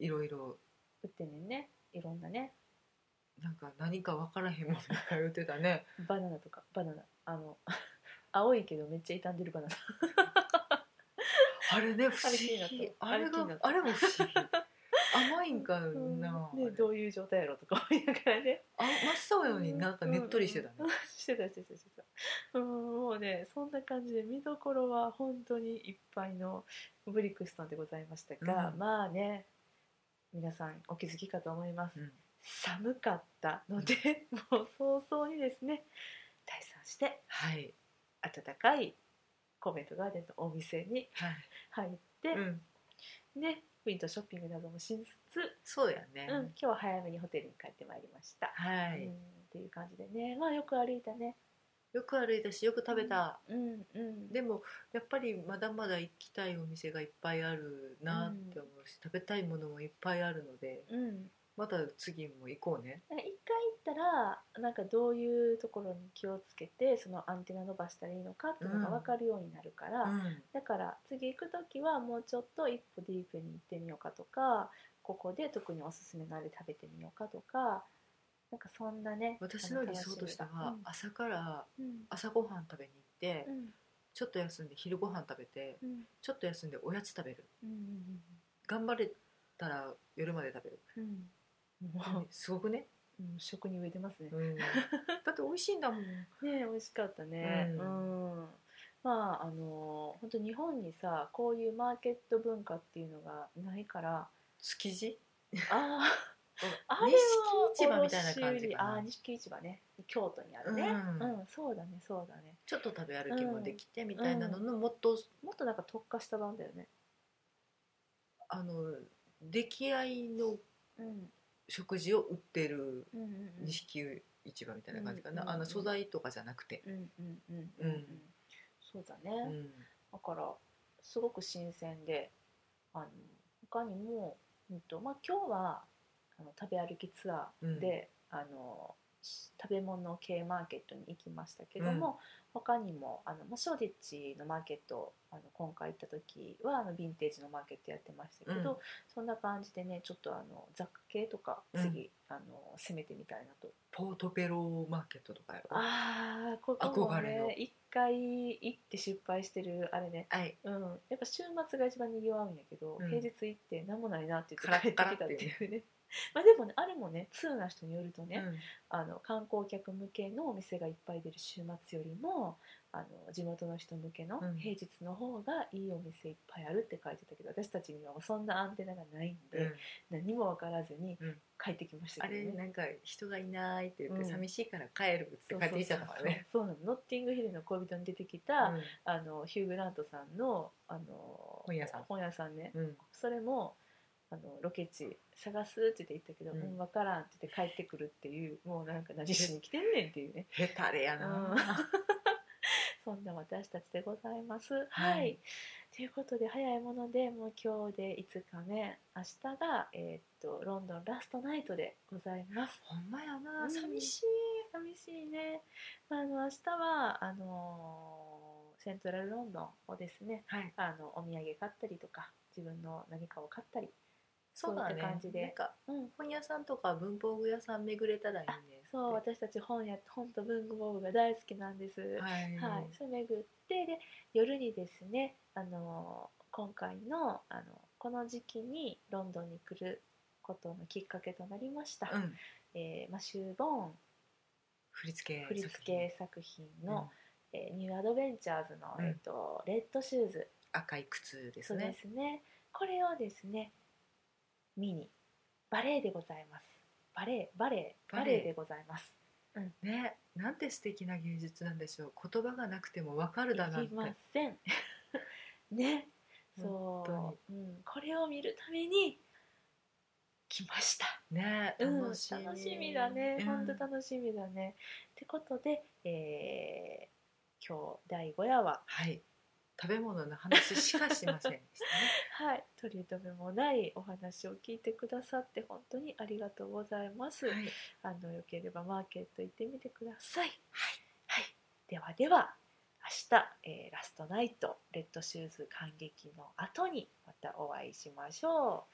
Speaker 2: いろいろ
Speaker 1: 売ってんねんねいろんなね
Speaker 2: なんか何か分からへんものが売ってたね
Speaker 1: バナナとかバナナあの 青いけどめっちゃ傷んでるバナナ
Speaker 2: あれね不思
Speaker 1: あれ気になっ
Speaker 2: 議
Speaker 1: た
Speaker 2: あれ
Speaker 1: あれ気にな
Speaker 2: が
Speaker 1: った
Speaker 2: あれも不思議甘いんか
Speaker 1: うん
Speaker 2: な、
Speaker 1: ね、どういう状態やろとか 思いながらね
Speaker 2: あ真っ青やのになんかねっとりしてたね
Speaker 1: うん うんしてたしてたしてたうんもうねそんな感じで見どころは本当にいっぱいのブリクストンでございましたが、
Speaker 2: うん
Speaker 1: まあね皆さんお気づきかと思います、
Speaker 2: うん
Speaker 1: 寒かったので、 もう早々にですね退散して
Speaker 2: はい
Speaker 1: 暖かいコメントガーデンのお店に
Speaker 2: はい
Speaker 1: 入って、
Speaker 2: うん
Speaker 1: ねウィンドウショッピングなどもしつつ、
Speaker 2: そうやね、
Speaker 1: うん、今日は早めにホテルに帰ってまいりました、
Speaker 2: は
Speaker 1: うん、っ
Speaker 2: い、
Speaker 1: ていう感じでねまあよく歩いたね
Speaker 2: よく歩いたしよく食べた、
Speaker 1: うんうん、
Speaker 2: でもやっぱりまだまだ行きたいお店がいっぱいあるなって思うし、食べたいものもいっぱいあるので
Speaker 1: うん、
Speaker 2: また次も行こうね
Speaker 1: 一回行ったらなんかどういうところに気をつけてそのアンテナ伸ばしたらいいのかっていうのが分かるようになるから、
Speaker 2: うん
Speaker 1: だから次行く時はもうちょっと一歩ディープに行ってみようかとかここで特におすすめのあれ食べてみようかとかなんかそんなね
Speaker 2: 私の理想としては、朝から
Speaker 1: うん
Speaker 2: 朝ごはん食べに行って、
Speaker 1: うん
Speaker 2: ちょっと休んで昼ごはん食べて
Speaker 1: うん
Speaker 2: ちょっと休んでおやつ食べる
Speaker 1: うんうん
Speaker 2: 頑張れたら夜まで食べる
Speaker 1: うんうん も
Speaker 2: すごくね、
Speaker 1: ううん食に植えてますね
Speaker 2: うんだって美味しいんだもん、
Speaker 1: ね美味しかったね
Speaker 2: う
Speaker 1: うん、まああの本当日本にさこういうマーケット文化っていうのがない から
Speaker 2: 築地
Speaker 1: あーあれ
Speaker 2: 錦市場みたいな感じか
Speaker 1: ああ
Speaker 2: な
Speaker 1: ー錦市場ね京都にあるね
Speaker 2: う
Speaker 1: うんん、そうだねそうだね
Speaker 2: ちょっと食べ歩きもできてみたいなのの、もっと
Speaker 1: もっとなんか特化した版だよね
Speaker 2: あの出来合いの
Speaker 1: うん
Speaker 2: 食事を売ってる
Speaker 1: うんうんうん
Speaker 2: 錦市場みたいな感じかな、
Speaker 1: うん
Speaker 2: あの素材とかじゃなくて、
Speaker 1: うんうんうん
Speaker 2: うん
Speaker 1: そうだ
Speaker 2: う
Speaker 1: ね、
Speaker 2: ん
Speaker 1: だからすごく新鮮であの他にも、うんとまあ、今日はあの食べ歩きツアーで、あのし食べ物系マーケットに行きましたけども、他にもあの、まあ、ショーディッチのマーケットあの今回行った時はあのヴィンテージのマーケットやってましたけど、
Speaker 2: うん
Speaker 1: そんな感じでねちょっとあの雑貨系とか次、あの攻めてみたいなと
Speaker 2: ポートペローマーケットとかやろ
Speaker 1: ああここも
Speaker 2: 憧れの
Speaker 1: ね一回行って失敗してるあれね
Speaker 2: はい
Speaker 1: うん、やっぱ週末が一番にぎわうんやけど、
Speaker 2: うん
Speaker 1: 平日行って何もないなって
Speaker 2: カラ
Speaker 1: 言っ
Speaker 2: ッ
Speaker 1: て帰ってきたっていうね まあでもねあれもね通な人によるとね、あの観光客向けのお店がいっぱい出る週末よりもあの地元の人向けの
Speaker 2: うん
Speaker 1: 平日の方がいいお店いっぱいあるって書いてたけど、私たちにはもうそんなアンテナがないんで、
Speaker 2: うん
Speaker 1: 何も分からずに
Speaker 2: うん
Speaker 1: 帰ってきました
Speaker 2: あ
Speaker 1: けどね。
Speaker 2: れなんか人がいないって言って、
Speaker 1: うん
Speaker 2: 寂しいから帰るっ
Speaker 1: そ
Speaker 2: て
Speaker 1: う
Speaker 2: 帰
Speaker 1: そう
Speaker 2: ってきちゃったからね
Speaker 1: そうそうそうなのノッティングヒルの恋人に出てきた、あのヒュー・グラントさんのあの
Speaker 2: 本屋さん
Speaker 1: 本屋さんね
Speaker 2: うんうん
Speaker 1: それもあのロケ地探すって言って行ったけど、
Speaker 2: うん
Speaker 1: うん、分からんって言って帰ってくるっていうもうなんか何しに来てんねんっていうね
Speaker 2: ヘタレやな、
Speaker 1: そんな私たちでございます。
Speaker 2: は
Speaker 1: はいい、ということで早いものでもう今日で5日目明日が、えーっとロンドンラストナイトでございます。
Speaker 2: ほんまや
Speaker 1: う
Speaker 2: な、
Speaker 1: ん
Speaker 2: 寂しい
Speaker 1: 寂しいね、まあ、あの明日はあのーセントラルロンドンをですね
Speaker 2: はい
Speaker 1: あのお土産買ったりとか自分の何かを買ったり
Speaker 2: そうだ
Speaker 1: そうい
Speaker 2: ね
Speaker 1: った感じで
Speaker 2: なんか
Speaker 1: うん
Speaker 2: 本屋さんとか文房具屋さん巡れたらいいね
Speaker 1: そう私たち本や本と文房具が大好きなんです、
Speaker 2: はい、
Speaker 1: はい、それ巡ってで夜にですね、あのー今回の、あのこの時期にロンドンに来ることのきっかけとなりました、
Speaker 2: うん、
Speaker 1: えーマシュー・ボーン
Speaker 2: 振り付け
Speaker 1: 振り付け作品
Speaker 2: の、うん
Speaker 1: の、えーニューアドベンチャーズの、
Speaker 2: うん
Speaker 1: えっとレッドシューズ
Speaker 2: 赤い靴です
Speaker 1: そうで
Speaker 2: ね
Speaker 1: すねこれをですねミニバレエでございますバレエバレエ
Speaker 2: バ
Speaker 1: バ
Speaker 2: レエ
Speaker 1: レエでございます
Speaker 2: ねなんて素敵な芸術なんでしょう言葉がなくてもわかるだなん
Speaker 1: い
Speaker 2: て
Speaker 1: りません ね
Speaker 2: 本当
Speaker 1: そう、うん、これを見るために来ました
Speaker 2: ね
Speaker 1: うん
Speaker 2: 楽しみ、
Speaker 1: 楽しみだね、
Speaker 2: うん
Speaker 1: ほんと楽しみだねってことで、えー今日第5夜は
Speaker 2: はい食べ物の話しかしま せんでしたね
Speaker 1: はい、取り留めもないお話を聞いてくださって本当にありがとうございます。
Speaker 2: はい
Speaker 1: あのよければマーケット行ってみてください。はい、ではでは明日、えーラストナイトレッドシューズ感激の後にまたお会いしましょ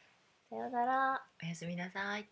Speaker 1: う。さようなら。
Speaker 2: おやすみなさい